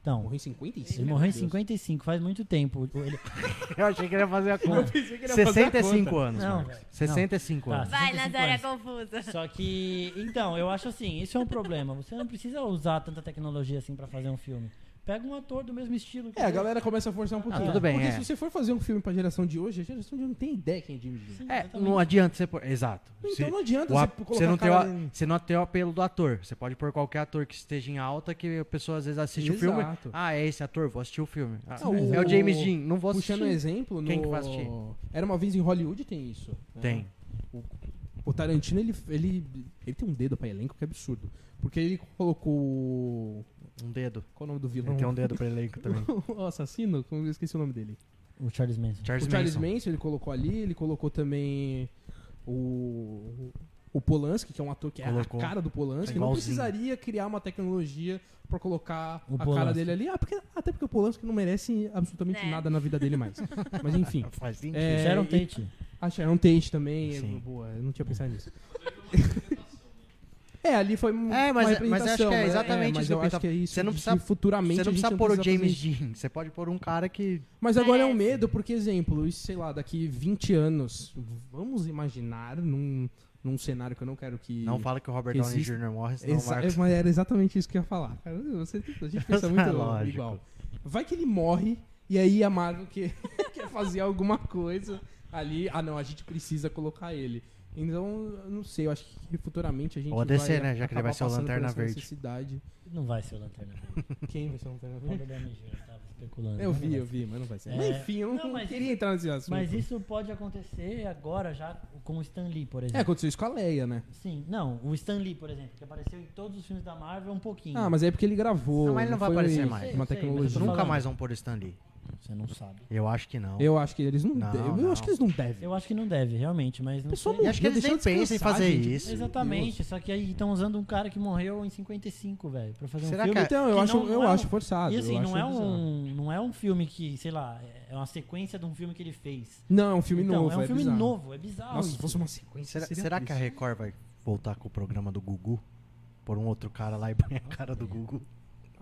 Speaker 3: Então,
Speaker 4: morreu em 55
Speaker 3: ele morreu em
Speaker 4: meu Deus.
Speaker 3: 55, faz muito tempo. O- Ele...
Speaker 1: Eu achei que ele ia fazer a conta.
Speaker 4: Pensei que ele ia fazer a conta.
Speaker 1: 65 anos,
Speaker 3: Não,
Speaker 1: Marcos.
Speaker 3: velho. Não.
Speaker 1: 65
Speaker 3: Tá.
Speaker 1: anos.
Speaker 2: Vai,
Speaker 3: 65
Speaker 2: Nazaré
Speaker 3: anos.
Speaker 2: Confusa.
Speaker 3: Só que, então, eu acho assim, isso é um problema. Você não precisa usar tanta tecnologia assim pra fazer um filme. Pega um ator do mesmo estilo. que
Speaker 4: é, a
Speaker 3: você-
Speaker 4: galera começa a forçar um pouquinho.
Speaker 1: tudo bem,
Speaker 4: Porque
Speaker 1: é.
Speaker 4: se você for fazer um filme pra geração de hoje, a geração de hoje não tem ideia quem é Jimmy Dean.
Speaker 1: É, não adianta você pôr. Exato.
Speaker 4: Então
Speaker 1: Você-
Speaker 4: não adianta
Speaker 1: o
Speaker 4: você
Speaker 1: ap-
Speaker 4: colocar
Speaker 1: você, não
Speaker 4: a
Speaker 1: tem
Speaker 4: cara
Speaker 1: o,
Speaker 4: em-
Speaker 1: você não tem o apelo do ator. Você pode pôr qualquer ator que esteja em alta, que a pessoa às vezes assiste o filme.
Speaker 4: Exato.
Speaker 1: Ah, é esse ator, vou assistir o filme. Ah,
Speaker 4: Ah, o-
Speaker 1: é o James Dean, não vou assistir.
Speaker 4: Puxando um exemplo, no...
Speaker 1: Quem que vai assistir?
Speaker 4: Era uma vez em Hollywood tem isso. né?
Speaker 1: Tem.
Speaker 4: O Tarantino, ele, ele, ele tem um dedo pra elenco que é absurdo. Porque ele colocou. o-
Speaker 1: Um dedo.
Speaker 4: Qual é o nome do vilão?
Speaker 1: Ele tem um dedo pra elenco também.
Speaker 4: o assassino? Como eu esqueci o nome dele.
Speaker 3: O Charles Manson.
Speaker 1: Charles,
Speaker 4: o Charles
Speaker 1: Manson.
Speaker 4: Manson. ele colocou ali, ele colocou também o. O Polanski, que é um ator que
Speaker 1: Colocou.
Speaker 4: é a cara do Polanski,
Speaker 1: É
Speaker 4: não
Speaker 1: igualzinho.
Speaker 4: precisaria criar uma tecnologia pra colocar
Speaker 3: O
Speaker 4: a cara
Speaker 3: Polanski.
Speaker 4: dele ali. Ah, porque, até porque o Polanski não merece absolutamente
Speaker 2: Né.
Speaker 4: nada na vida dele mais. Mas enfim.
Speaker 1: Faz sentido.
Speaker 4: É,
Speaker 3: Sharon
Speaker 4: e-
Speaker 3: Tate.
Speaker 4: A Sharon Tate também é
Speaker 1: Sim.
Speaker 4: boa, eu não tinha pensado nisso. É, ali foi um-
Speaker 1: É, mas- mas
Speaker 4: uma
Speaker 1: acho que é
Speaker 4: representação, né?
Speaker 1: exatamente
Speaker 4: mas
Speaker 1: isso
Speaker 4: eu
Speaker 1: que eu
Speaker 4: acho que é
Speaker 1: tava-
Speaker 4: isso.
Speaker 1: Você não
Speaker 4: de
Speaker 1: precisa-
Speaker 4: que
Speaker 1: Você
Speaker 4: futuramente
Speaker 1: não
Speaker 4: a gente
Speaker 1: precisa pôr o
Speaker 4: precisa fazer
Speaker 1: James
Speaker 4: isso.
Speaker 1: Dean, você pode pôr um cara que.
Speaker 4: Mas agora é um
Speaker 2: Parece.
Speaker 4: medo, porque exemplo, isso, sei lá, daqui 20 anos, vamos imaginar num, num cenário que eu não quero que
Speaker 1: Não fala que o Robert
Speaker 4: que
Speaker 1: Downey
Speaker 4: existe- é
Speaker 1: Jr. morre, senão o
Speaker 4: Exa
Speaker 1: Marcos.
Speaker 4: mas era exatamente isso que eu ia falar. Cara, você, a gente pensa
Speaker 1: É
Speaker 4: muito
Speaker 1: lógico.
Speaker 4: igual. Vai que ele morre e aí a Marvel que- quer fazer alguma coisa ali. Ah, não, a gente precisa colocar ele. Então, eu não sei, eu acho que futuramente a gente
Speaker 1: Ou a DC,
Speaker 4: vai
Speaker 1: né, já que ele vai
Speaker 4: acabar
Speaker 1: ser o
Speaker 4: passando por
Speaker 1: Lanterna
Speaker 4: essa
Speaker 1: Verde.
Speaker 4: necessidade.
Speaker 3: Não vai ser o Lanterna Verde.
Speaker 4: Quem vai ser o Lanterna
Speaker 3: Robert
Speaker 4: Verde?
Speaker 3: Downey Jr., tá? especulando.
Speaker 4: Eu
Speaker 3: né,
Speaker 4: vi,
Speaker 3: mas-
Speaker 4: eu vi, mas não vai ser.
Speaker 3: É.
Speaker 4: Mas Enfim, eu não,
Speaker 3: Não, mas
Speaker 4: queria
Speaker 3: isso-
Speaker 4: entrar nesse assunto.
Speaker 3: Mas isso pode acontecer agora já com o Stan Lee, por
Speaker 4: É,
Speaker 3: exemplo.
Speaker 4: aconteceu isso com a Leia, né?
Speaker 3: Sim, não, o Stan Lee, por exemplo, que apareceu em todos os filmes da Marvel um pouquinho.
Speaker 4: Ah, mas é porque ele gravou.
Speaker 1: Não, mas ele não vai
Speaker 4: foi
Speaker 1: aparecer
Speaker 4: uma-
Speaker 1: mais.
Speaker 4: Uma
Speaker 3: Sei, sei,
Speaker 4: tecnologia.
Speaker 3: mas eu tô
Speaker 1: Nunca
Speaker 3: falando.
Speaker 1: mais vão pôr o Stanley.
Speaker 3: Você não sabe.
Speaker 1: Eu acho que não.
Speaker 4: Eu acho que eles não,
Speaker 1: Não,
Speaker 4: devem. Eu
Speaker 1: não.
Speaker 4: acho que eles não devem.
Speaker 3: Eu acho que não deve, realmente, mas não
Speaker 4: Pessoal
Speaker 3: sei.
Speaker 1: E acho que
Speaker 4: Meu,
Speaker 1: eles nem
Speaker 4: deixa eu
Speaker 1: pensam em
Speaker 4: descansar,
Speaker 1: fazer
Speaker 4: gente.
Speaker 1: isso.
Speaker 3: Exatamente, só que aí estão usando um cara que morreu em 55, velho, pra fazer um
Speaker 1: Será
Speaker 3: filme.
Speaker 1: que a-
Speaker 4: Então, eu
Speaker 3: que
Speaker 4: acho,
Speaker 3: não-
Speaker 4: eu
Speaker 3: não é
Speaker 4: acho
Speaker 3: um-
Speaker 4: forçado.
Speaker 3: E assim,
Speaker 4: eu
Speaker 3: não
Speaker 4: acho
Speaker 3: é,
Speaker 4: bizarro.
Speaker 3: um, não é um filme que, sei lá, é uma sequência de um filme que ele fez.
Speaker 4: Não, é um filme
Speaker 3: então,
Speaker 4: novo.
Speaker 3: é um filme
Speaker 4: bizarro.
Speaker 3: novo, é bizarro.
Speaker 4: Nossa, se
Speaker 3: isso.
Speaker 4: fosse uma sequência.
Speaker 1: Será,
Speaker 4: seria
Speaker 1: será que é a
Speaker 4: triste.
Speaker 1: Record vai voltar com o programa do Gugu? Por um outro cara lá e põe a cara do Gugu?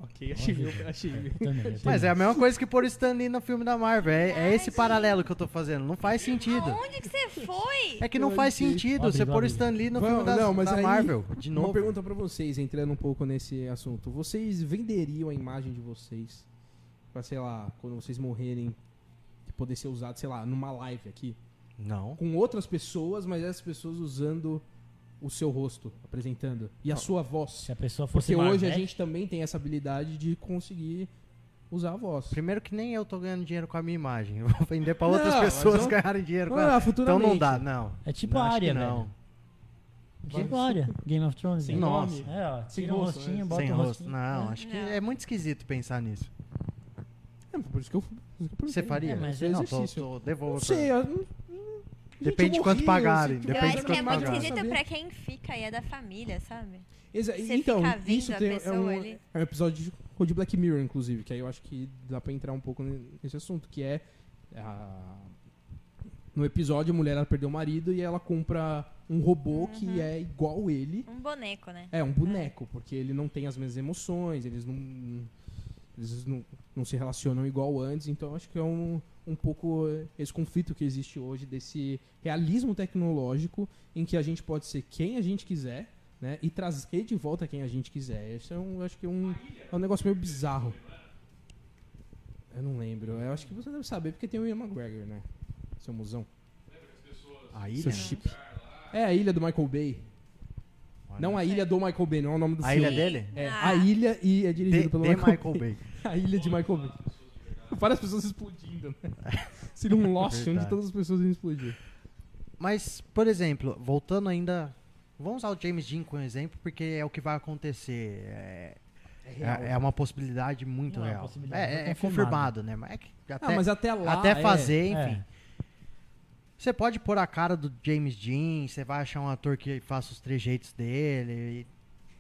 Speaker 4: Ok, achei meio. Achei meio.
Speaker 3: Eu também, eu também.
Speaker 1: Mas é a mesma coisa que pôr o Stanley no filme da Marvel. É, é esse paralelo que eu tô fazendo. Não faz sentido.
Speaker 2: Aonde que você foi?
Speaker 1: É que não faz sentido
Speaker 3: Ó,
Speaker 1: você
Speaker 3: briga,
Speaker 1: pôr o
Speaker 3: briga.
Speaker 1: Stanley no
Speaker 4: Vamos-
Speaker 1: filme das-
Speaker 4: não, mas
Speaker 1: da
Speaker 4: aí,
Speaker 1: Marvel. De novo.
Speaker 4: Uma pergunta pra vocês, entrando um pouco nesse assunto. Vocês venderiam a imagem de vocês pra, sei lá, quando vocês morrerem, poder ser usado, sei lá, numa live aqui?
Speaker 1: Não.
Speaker 4: Com outras pessoas, mas essas pessoas usando o seu rosto, apresentando. E a
Speaker 1: Ah.
Speaker 4: sua voz.
Speaker 3: Se a pessoa fosse
Speaker 4: Porque hoje a
Speaker 1: né?
Speaker 3: Marvel, né?
Speaker 4: gente também tem essa habilidade de conseguir usar a voz.
Speaker 1: Primeiro que nem eu tô ganhando dinheiro com a minha imagem. Eu vou vender pra outras
Speaker 4: Não, mas
Speaker 1: pessoas
Speaker 4: não-
Speaker 1: ganharem dinheiro com
Speaker 4: Ah,
Speaker 1: ela. Então
Speaker 4: futuramente.
Speaker 1: não dá, não.
Speaker 3: É tipo
Speaker 1: Não,
Speaker 3: a
Speaker 1: acho
Speaker 3: área,
Speaker 4: né?
Speaker 1: que
Speaker 3: velho. Tipo a área, Game of Thrones.
Speaker 4: Sem
Speaker 3: né?
Speaker 1: nome.
Speaker 3: É, ó,
Speaker 4: Sem
Speaker 3: tira um
Speaker 4: rosto, né?
Speaker 3: rostinho, bota
Speaker 1: Sem
Speaker 3: um
Speaker 1: rosto.
Speaker 3: rostinho.
Speaker 1: Não, acho que
Speaker 2: Não.
Speaker 1: é muito esquisito pensar nisso.
Speaker 4: É, por isso que eu. por isso que eu
Speaker 1: Você
Speaker 4: perguntei.
Speaker 1: faria?
Speaker 3: É, mas
Speaker 1: não, tô,
Speaker 4: exercício.
Speaker 1: tô-
Speaker 4: Não
Speaker 1: devolvo.
Speaker 4: sei.
Speaker 1: pra-
Speaker 4: eu- Gente,
Speaker 1: Depende de
Speaker 4: eu
Speaker 1: quanto
Speaker 4: morri,
Speaker 1: pagarem,
Speaker 4: eu sei-
Speaker 1: depende
Speaker 2: eu acho
Speaker 1: de
Speaker 2: que é
Speaker 1: quanto
Speaker 2: muito
Speaker 1: pagar.
Speaker 2: esquisito
Speaker 4: Saber.
Speaker 2: pra quem fica e é da família, sabe?
Speaker 4: Exa
Speaker 2: Você
Speaker 4: então,
Speaker 2: fica vendo
Speaker 4: isso
Speaker 2: a
Speaker 4: tem, é,
Speaker 2: pessoa
Speaker 4: um,
Speaker 2: ali.
Speaker 4: é um episódio de, ou de Black Mirror, inclusive, que aí eu acho que dá pra entrar um pouco ne- nesse assunto, que é a- no episódio a mulher ela perdeu o marido e ela compra um robô
Speaker 2: Uhum.
Speaker 4: que é igual ele.
Speaker 2: Um boneco, né?
Speaker 4: É, um boneco, porque ele não tem as mesmas emoções, eles não, eles não, não se relacionam igual antes, então eu acho que é um, um pouco esse conflito que existe hoje desse realismo tecnológico em que a gente pode ser quem a gente quiser, né, e trazer de volta quem a gente quiser. Isso é um, eu acho que é um, é um negócio meio bizarro. Eu não lembro, eu acho que você deve saber porque tem o Ian McGregor, né, seu musão,
Speaker 1: A ilha? né?
Speaker 4: seu chip. É a ilha do Michael Bay.
Speaker 1: Olha.
Speaker 4: Não a ilha do Michael Bay, não é o nome do
Speaker 1: A
Speaker 4: filme.
Speaker 1: ilha dele?
Speaker 4: É,
Speaker 2: Ah.
Speaker 4: a ilha e é dirigido
Speaker 1: De,
Speaker 4: pelo
Speaker 1: de Michael Bay.
Speaker 4: A ilha de Michael Bay. Várias pessoas explodindo, né? Seria um Lost onde
Speaker 1: Verdade.
Speaker 4: todas as pessoas iam explodir.
Speaker 1: Mas, por exemplo, voltando ainda. Vamos usar o James Dean como exemplo, porque é o que vai acontecer. É, é- é uma possibilidade muito
Speaker 3: Não é uma
Speaker 1: real.
Speaker 3: possibilidade,
Speaker 1: é,
Speaker 3: é
Speaker 1: é confirmado, né? Mas é que até,
Speaker 4: ah, mas até lá.
Speaker 1: até
Speaker 4: é,
Speaker 1: fazer,
Speaker 3: é.
Speaker 1: enfim. Você pode pôr a cara do James Dean, você vai achar um ator que faça os trejeitos dele, e-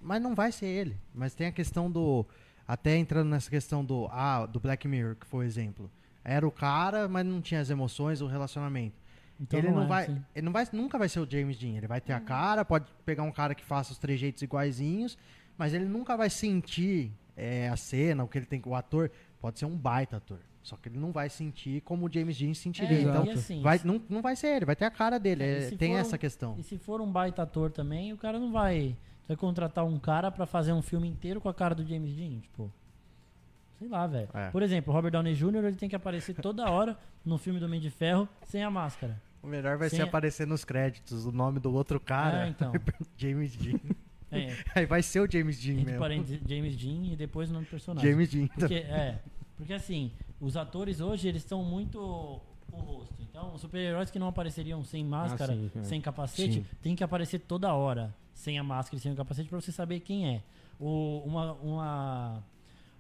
Speaker 1: mas não vai ser ele. Mas tem a questão do até entrando nessa questão do ah, do Black Mirror, que foi o exemplo. Era o cara, mas não tinha as emoções, o relacionamento.
Speaker 3: Então
Speaker 1: ele não,
Speaker 3: é, Hum.
Speaker 1: vai,
Speaker 3: assim.
Speaker 1: ele não vai, nunca vai ser o James Dean. Ele vai ter a cara, pode pegar um cara que faça os trejeitos iguaizinhos, mas ele nunca vai sentir é, a cena, o que ele tem, o ator pode ser um baita ator. Só que ele não vai sentir como o James Dean sentiria.
Speaker 3: É,
Speaker 1: então,
Speaker 3: e assim,
Speaker 1: vai, não, não vai ser ele, vai ter a cara dele.
Speaker 3: É, e
Speaker 1: é,
Speaker 3: se
Speaker 1: tem
Speaker 3: for
Speaker 1: essa
Speaker 3: um-
Speaker 1: questão.
Speaker 3: E se for um baita ator também, o cara não vai. Você vai contratar um cara pra fazer um filme inteiro com a cara do James Dean, tipo. Sei lá, velho.
Speaker 1: É.
Speaker 3: Por exemplo, o Robert Downey Jr. ele tem que aparecer toda hora no filme do Homem de Ferro sem a máscara.
Speaker 1: O melhor vai
Speaker 3: Sem
Speaker 1: ser
Speaker 3: a-
Speaker 1: aparecer nos créditos o nome do outro cara.
Speaker 3: É, então.
Speaker 1: James Dean.
Speaker 3: É,
Speaker 1: Aí vai ser o James Dean
Speaker 3: entre
Speaker 1: mesmo.
Speaker 3: parênteses, James Dean e depois o nome do personagem.
Speaker 1: James Dean.
Speaker 3: Porque, é, porque assim, os atores hoje eles estão muito o rosto. Então, os super-heróis que não apareceriam sem máscara,
Speaker 4: sim, é.
Speaker 3: sem capacete,
Speaker 1: Sim.
Speaker 3: tem que aparecer toda hora sem a máscara e sem o capacete pra você saber quem é. O, uma, uma,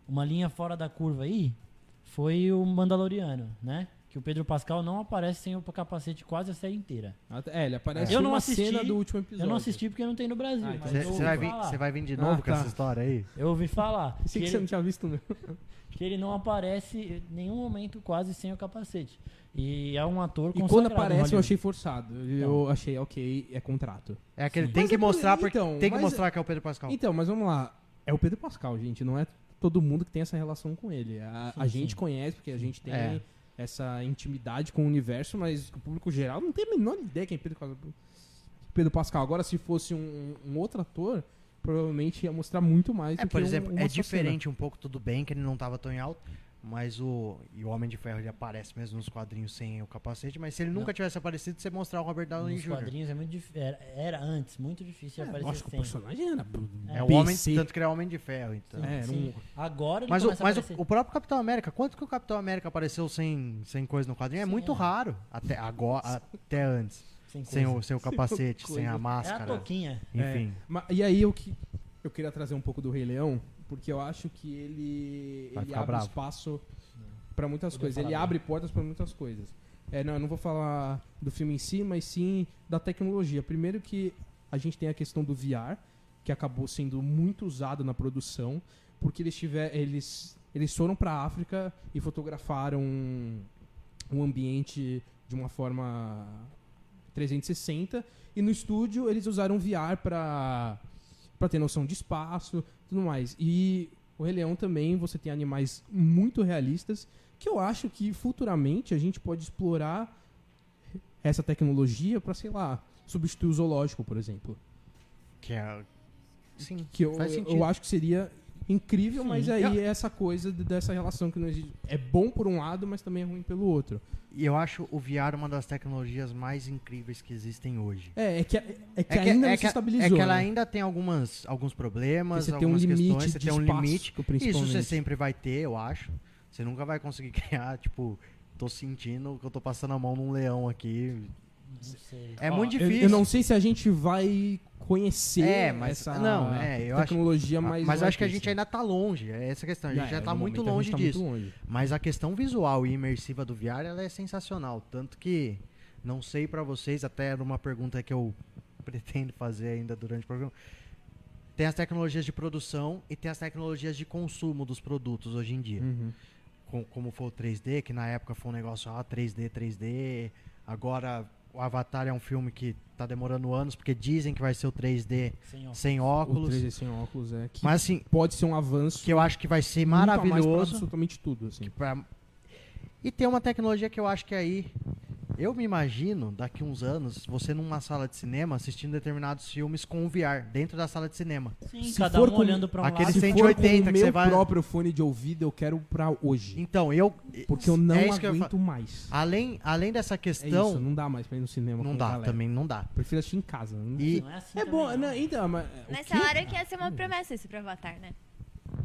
Speaker 3: uma linha fora da curva aí foi o Mandaloriano, né? Que o Pedro Pascal não aparece sem o capacete quase a série inteira.
Speaker 4: Até- É, ele aparece
Speaker 3: Eu
Speaker 4: numa
Speaker 3: não assisti-
Speaker 4: cena do último episódio.
Speaker 3: Eu não assisti porque não tem no Brasil.
Speaker 4: Ah, então
Speaker 3: mas
Speaker 1: Você
Speaker 3: eu,
Speaker 1: você
Speaker 3: ouvi
Speaker 1: vai, vir-
Speaker 3: falar,
Speaker 1: você vai vir de
Speaker 4: Ah,
Speaker 1: novo com
Speaker 4: tá.
Speaker 1: essa história aí?
Speaker 3: eu ouvi falar.
Speaker 4: Pensei que,
Speaker 3: que
Speaker 4: você
Speaker 3: ele-
Speaker 4: não tinha visto, né? não.
Speaker 3: que ele não aparece em nenhum momento quase sem o capacete. E é um ator
Speaker 4: E quando
Speaker 3: consagrado em
Speaker 4: aparece, eu
Speaker 3: Hollywood.
Speaker 4: achei forçado. Eu achei, ok, é contrato.
Speaker 1: É aquele
Speaker 3: Sim.
Speaker 1: tem
Speaker 4: Mas
Speaker 1: que
Speaker 4: é por-
Speaker 1: mostrar porque
Speaker 4: então,
Speaker 1: tem que
Speaker 4: mas-
Speaker 1: mostrar que é o Pedro Pascal.
Speaker 4: Então, mas vamos lá. É o Pedro Pascal, gente. Não é todo mundo que tem essa relação com ele. A, a
Speaker 3: Sim,
Speaker 4: gente
Speaker 3: sim.
Speaker 4: conhece, porque a gente tem
Speaker 1: É.
Speaker 4: essa intimidade com o universo, mas o público geral não tem a menor ideia quem é Pedro, Pascal- Pedro Pascal. Agora, se fosse um, um outro ator, provavelmente ia mostrar muito mais.
Speaker 1: É,
Speaker 4: do
Speaker 1: por
Speaker 4: que um-
Speaker 1: exemplo,
Speaker 4: uma
Speaker 1: é
Speaker 4: só cena.
Speaker 1: diferente um pouco, tudo bem, que ele não tava tão em alto. Mas o. E o Homem de Ferro ele aparece mesmo nos quadrinhos sem o capacete, mas se ele nunca tivesse aparecido, você mostrar o Robert Downey
Speaker 3: Nos
Speaker 1: Jr.
Speaker 3: quadrinhos é muito dif- era, era antes, muito difícil de aparecer
Speaker 4: É, Lógico, o
Speaker 3: sem.
Speaker 4: personagem era.
Speaker 1: É o
Speaker 4: PC.
Speaker 1: homem, tanto que ele é o Homem de Ferro, então.
Speaker 4: É,
Speaker 3: né?
Speaker 4: era
Speaker 3: Sim. Agora ele
Speaker 1: Mas, o,
Speaker 3: começa
Speaker 1: mas
Speaker 3: a
Speaker 1: o-
Speaker 3: aparecer.
Speaker 1: o próprio Capitão América, quanto que o Capitão América apareceu sem, sem coisa no quadrinho? É
Speaker 3: Sim,
Speaker 1: muito
Speaker 3: é.
Speaker 1: raro, até agora, até antes.
Speaker 3: sem
Speaker 1: Sem
Speaker 3: coisa.
Speaker 1: o seu capacete, sem
Speaker 4: coisa.
Speaker 1: a
Speaker 3: É a É.
Speaker 1: máscara,
Speaker 3: toquinha.
Speaker 1: enfim.
Speaker 4: Ma- E aí eu que eu queria trazer um pouco do Rei Leão, porque eu acho que ele,
Speaker 1: Vai
Speaker 4: ele
Speaker 1: ficar
Speaker 4: abre
Speaker 1: bravo.
Speaker 4: espaço pra muitas
Speaker 3: Podia
Speaker 4: coisas.
Speaker 3: falar
Speaker 4: Ele
Speaker 3: bem.
Speaker 4: abre portas pra muitas coisas. É, não, eu não vou falar do filme em si, mas sim da tecnologia. Primeiro que a gente tem a questão do VR, que acabou sendo muito usado na produção, porque eles tiver eles eles foram pra África e fotografaram um, um ambiente de uma forma 360 e no estúdio eles usaram VR pra para ter noção de espaço, tudo mais. E o Rei Leão também você tem animais muito realistas que eu acho que futuramente a gente pode explorar essa tecnologia pra, sei lá, substituir o zoológico, por exemplo.
Speaker 1: Que é. Sim.
Speaker 4: Que eu,
Speaker 1: Faz
Speaker 4: eu
Speaker 1: sentido.
Speaker 4: acho que seria incrível,
Speaker 3: Sim.
Speaker 4: mas aí
Speaker 1: Eu-
Speaker 4: é essa coisa de- dessa relação que não existe. É bom por um lado, mas também é ruim pelo outro.
Speaker 1: E eu acho o VR uma das tecnologias mais incríveis que existem hoje.
Speaker 4: É, é que, é que ainda não
Speaker 1: é
Speaker 4: se
Speaker 1: que-
Speaker 4: estabilizou.
Speaker 1: é que ela
Speaker 4: né?
Speaker 1: ainda tem algumas, alguns problemas,
Speaker 4: Porque você tem um
Speaker 1: algumas
Speaker 4: limite
Speaker 1: questões, você
Speaker 4: de
Speaker 1: tem um
Speaker 4: espaço,
Speaker 1: limite. Isso
Speaker 4: principalmente.
Speaker 1: você sempre vai ter, eu acho. Você nunca vai conseguir criar, tipo, tô sentindo que eu tô passando a mão num leão aqui.
Speaker 3: Não sei.
Speaker 1: É
Speaker 4: Ó,
Speaker 1: muito
Speaker 4: eu-
Speaker 1: difícil.
Speaker 4: Eu, não sei se a gente vai conhecer
Speaker 1: É, mas-
Speaker 4: essa
Speaker 1: não, é, eu acho-
Speaker 4: tecnologia mais.
Speaker 1: mas eu acho que a
Speaker 4: artista.
Speaker 1: gente ainda tá longe, é essa a questão. A gente
Speaker 4: É,
Speaker 1: já tá
Speaker 4: no
Speaker 1: muito
Speaker 4: momento a
Speaker 1: longe
Speaker 4: gente tá
Speaker 1: disso.
Speaker 4: muito longe.
Speaker 1: Mas a questão visual e imersiva do VR, ela é sensacional, tanto que não sei pra vocês, até era uma pergunta que eu pretendo fazer ainda durante o programa. Tem as tecnologias de produção e tem as tecnologias de consumo dos produtos hoje em dia.
Speaker 4: Uhum.
Speaker 1: Com- como foi o 3D, que na época foi um negócio ah, 3D, 3D. Agora o Avatar é um filme que tá demorando anos porque dizem que vai ser o 3D
Speaker 3: Sem óculos.
Speaker 1: sem
Speaker 4: O
Speaker 1: óculos.
Speaker 4: 3D sem óculos é que
Speaker 1: Mas assim,
Speaker 4: pode ser um avanço
Speaker 1: que eu acho que vai ser
Speaker 4: muito a mais pra
Speaker 1: maravilhoso.
Speaker 4: absolutamente tudo, assim.
Speaker 1: pra- E tem uma tecnologia que eu acho que aí. Eu me imagino, daqui uns anos, você numa sala de cinema assistindo determinados filmes com o VR, dentro da sala de cinema.
Speaker 3: Sim,
Speaker 4: Se
Speaker 3: cada
Speaker 4: for
Speaker 3: um
Speaker 4: com-
Speaker 3: olhando pra um
Speaker 1: aquele
Speaker 3: lado.
Speaker 4: Se for
Speaker 1: 180
Speaker 4: com o
Speaker 1: que você
Speaker 4: meu
Speaker 1: vai-
Speaker 4: próprio fone de ouvido, eu quero pra hoje.
Speaker 1: Então, eu.
Speaker 4: Porque eu não
Speaker 1: é isso que eu ia
Speaker 4: aguento mais.
Speaker 1: falar. Além, além dessa
Speaker 4: É
Speaker 1: questão.
Speaker 4: isso, não dá mais pra ir no cinema.
Speaker 1: não
Speaker 4: com
Speaker 1: dá,
Speaker 4: galera.
Speaker 1: também não dá.
Speaker 4: Prefiro assistir em casa. não-
Speaker 1: E,
Speaker 3: Não é assim
Speaker 4: É
Speaker 3: também,
Speaker 4: bom,
Speaker 3: não.
Speaker 4: não, então, mas. o
Speaker 2: Mas
Speaker 4: quê?
Speaker 2: falaram que ia ser uma promessa isso pro Avatar, né?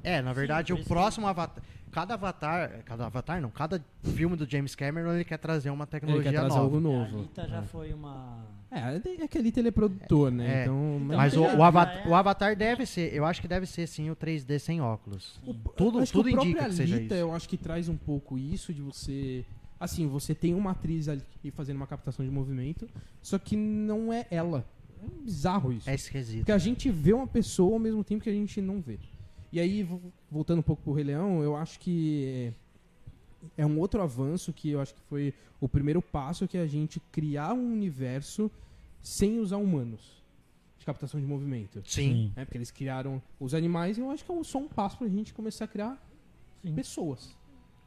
Speaker 1: é, na verdade,
Speaker 3: por
Speaker 1: o
Speaker 3: isso
Speaker 1: próximo Avatar. Cada Avatar. Cada Avatar não, cada filme do James Cameron ele quer trazer uma
Speaker 4: Ele
Speaker 1: tecnologia
Speaker 4: quer trazer
Speaker 1: nova.
Speaker 4: algo
Speaker 3: A
Speaker 4: novo.
Speaker 3: Anitta já foi uma...
Speaker 4: É, é que ali teleprodutor, né?
Speaker 1: É.
Speaker 4: Então,
Speaker 3: Então,
Speaker 1: Mas o,
Speaker 3: já-
Speaker 1: o Avatar,
Speaker 3: já é.
Speaker 1: o Avatar deve ser, eu acho que deve ser sim o 3D sem óculos. Tudo-
Speaker 4: acho
Speaker 1: tudo
Speaker 4: que o próprio
Speaker 1: indica que seja
Speaker 4: Alita,
Speaker 1: isso.
Speaker 4: eu acho que traz um pouco isso de você. Assim, você tem uma atriz ali fazendo uma captação de movimento, só que não é ela. É bizarro isso.
Speaker 1: É esquisito.
Speaker 4: Porque a gente vê uma pessoa ao mesmo tempo que a gente não vê. E aí, vo- voltando um pouco pro Rei Leão, eu acho que é um outro avanço que eu acho que foi o primeiro passo que é a gente criar um universo sem usar humanos de captação de movimento.
Speaker 1: Sim.
Speaker 4: É, porque eles criaram os animais e eu acho que é só um passo pra gente começar a criar
Speaker 3: Sim.
Speaker 4: pessoas.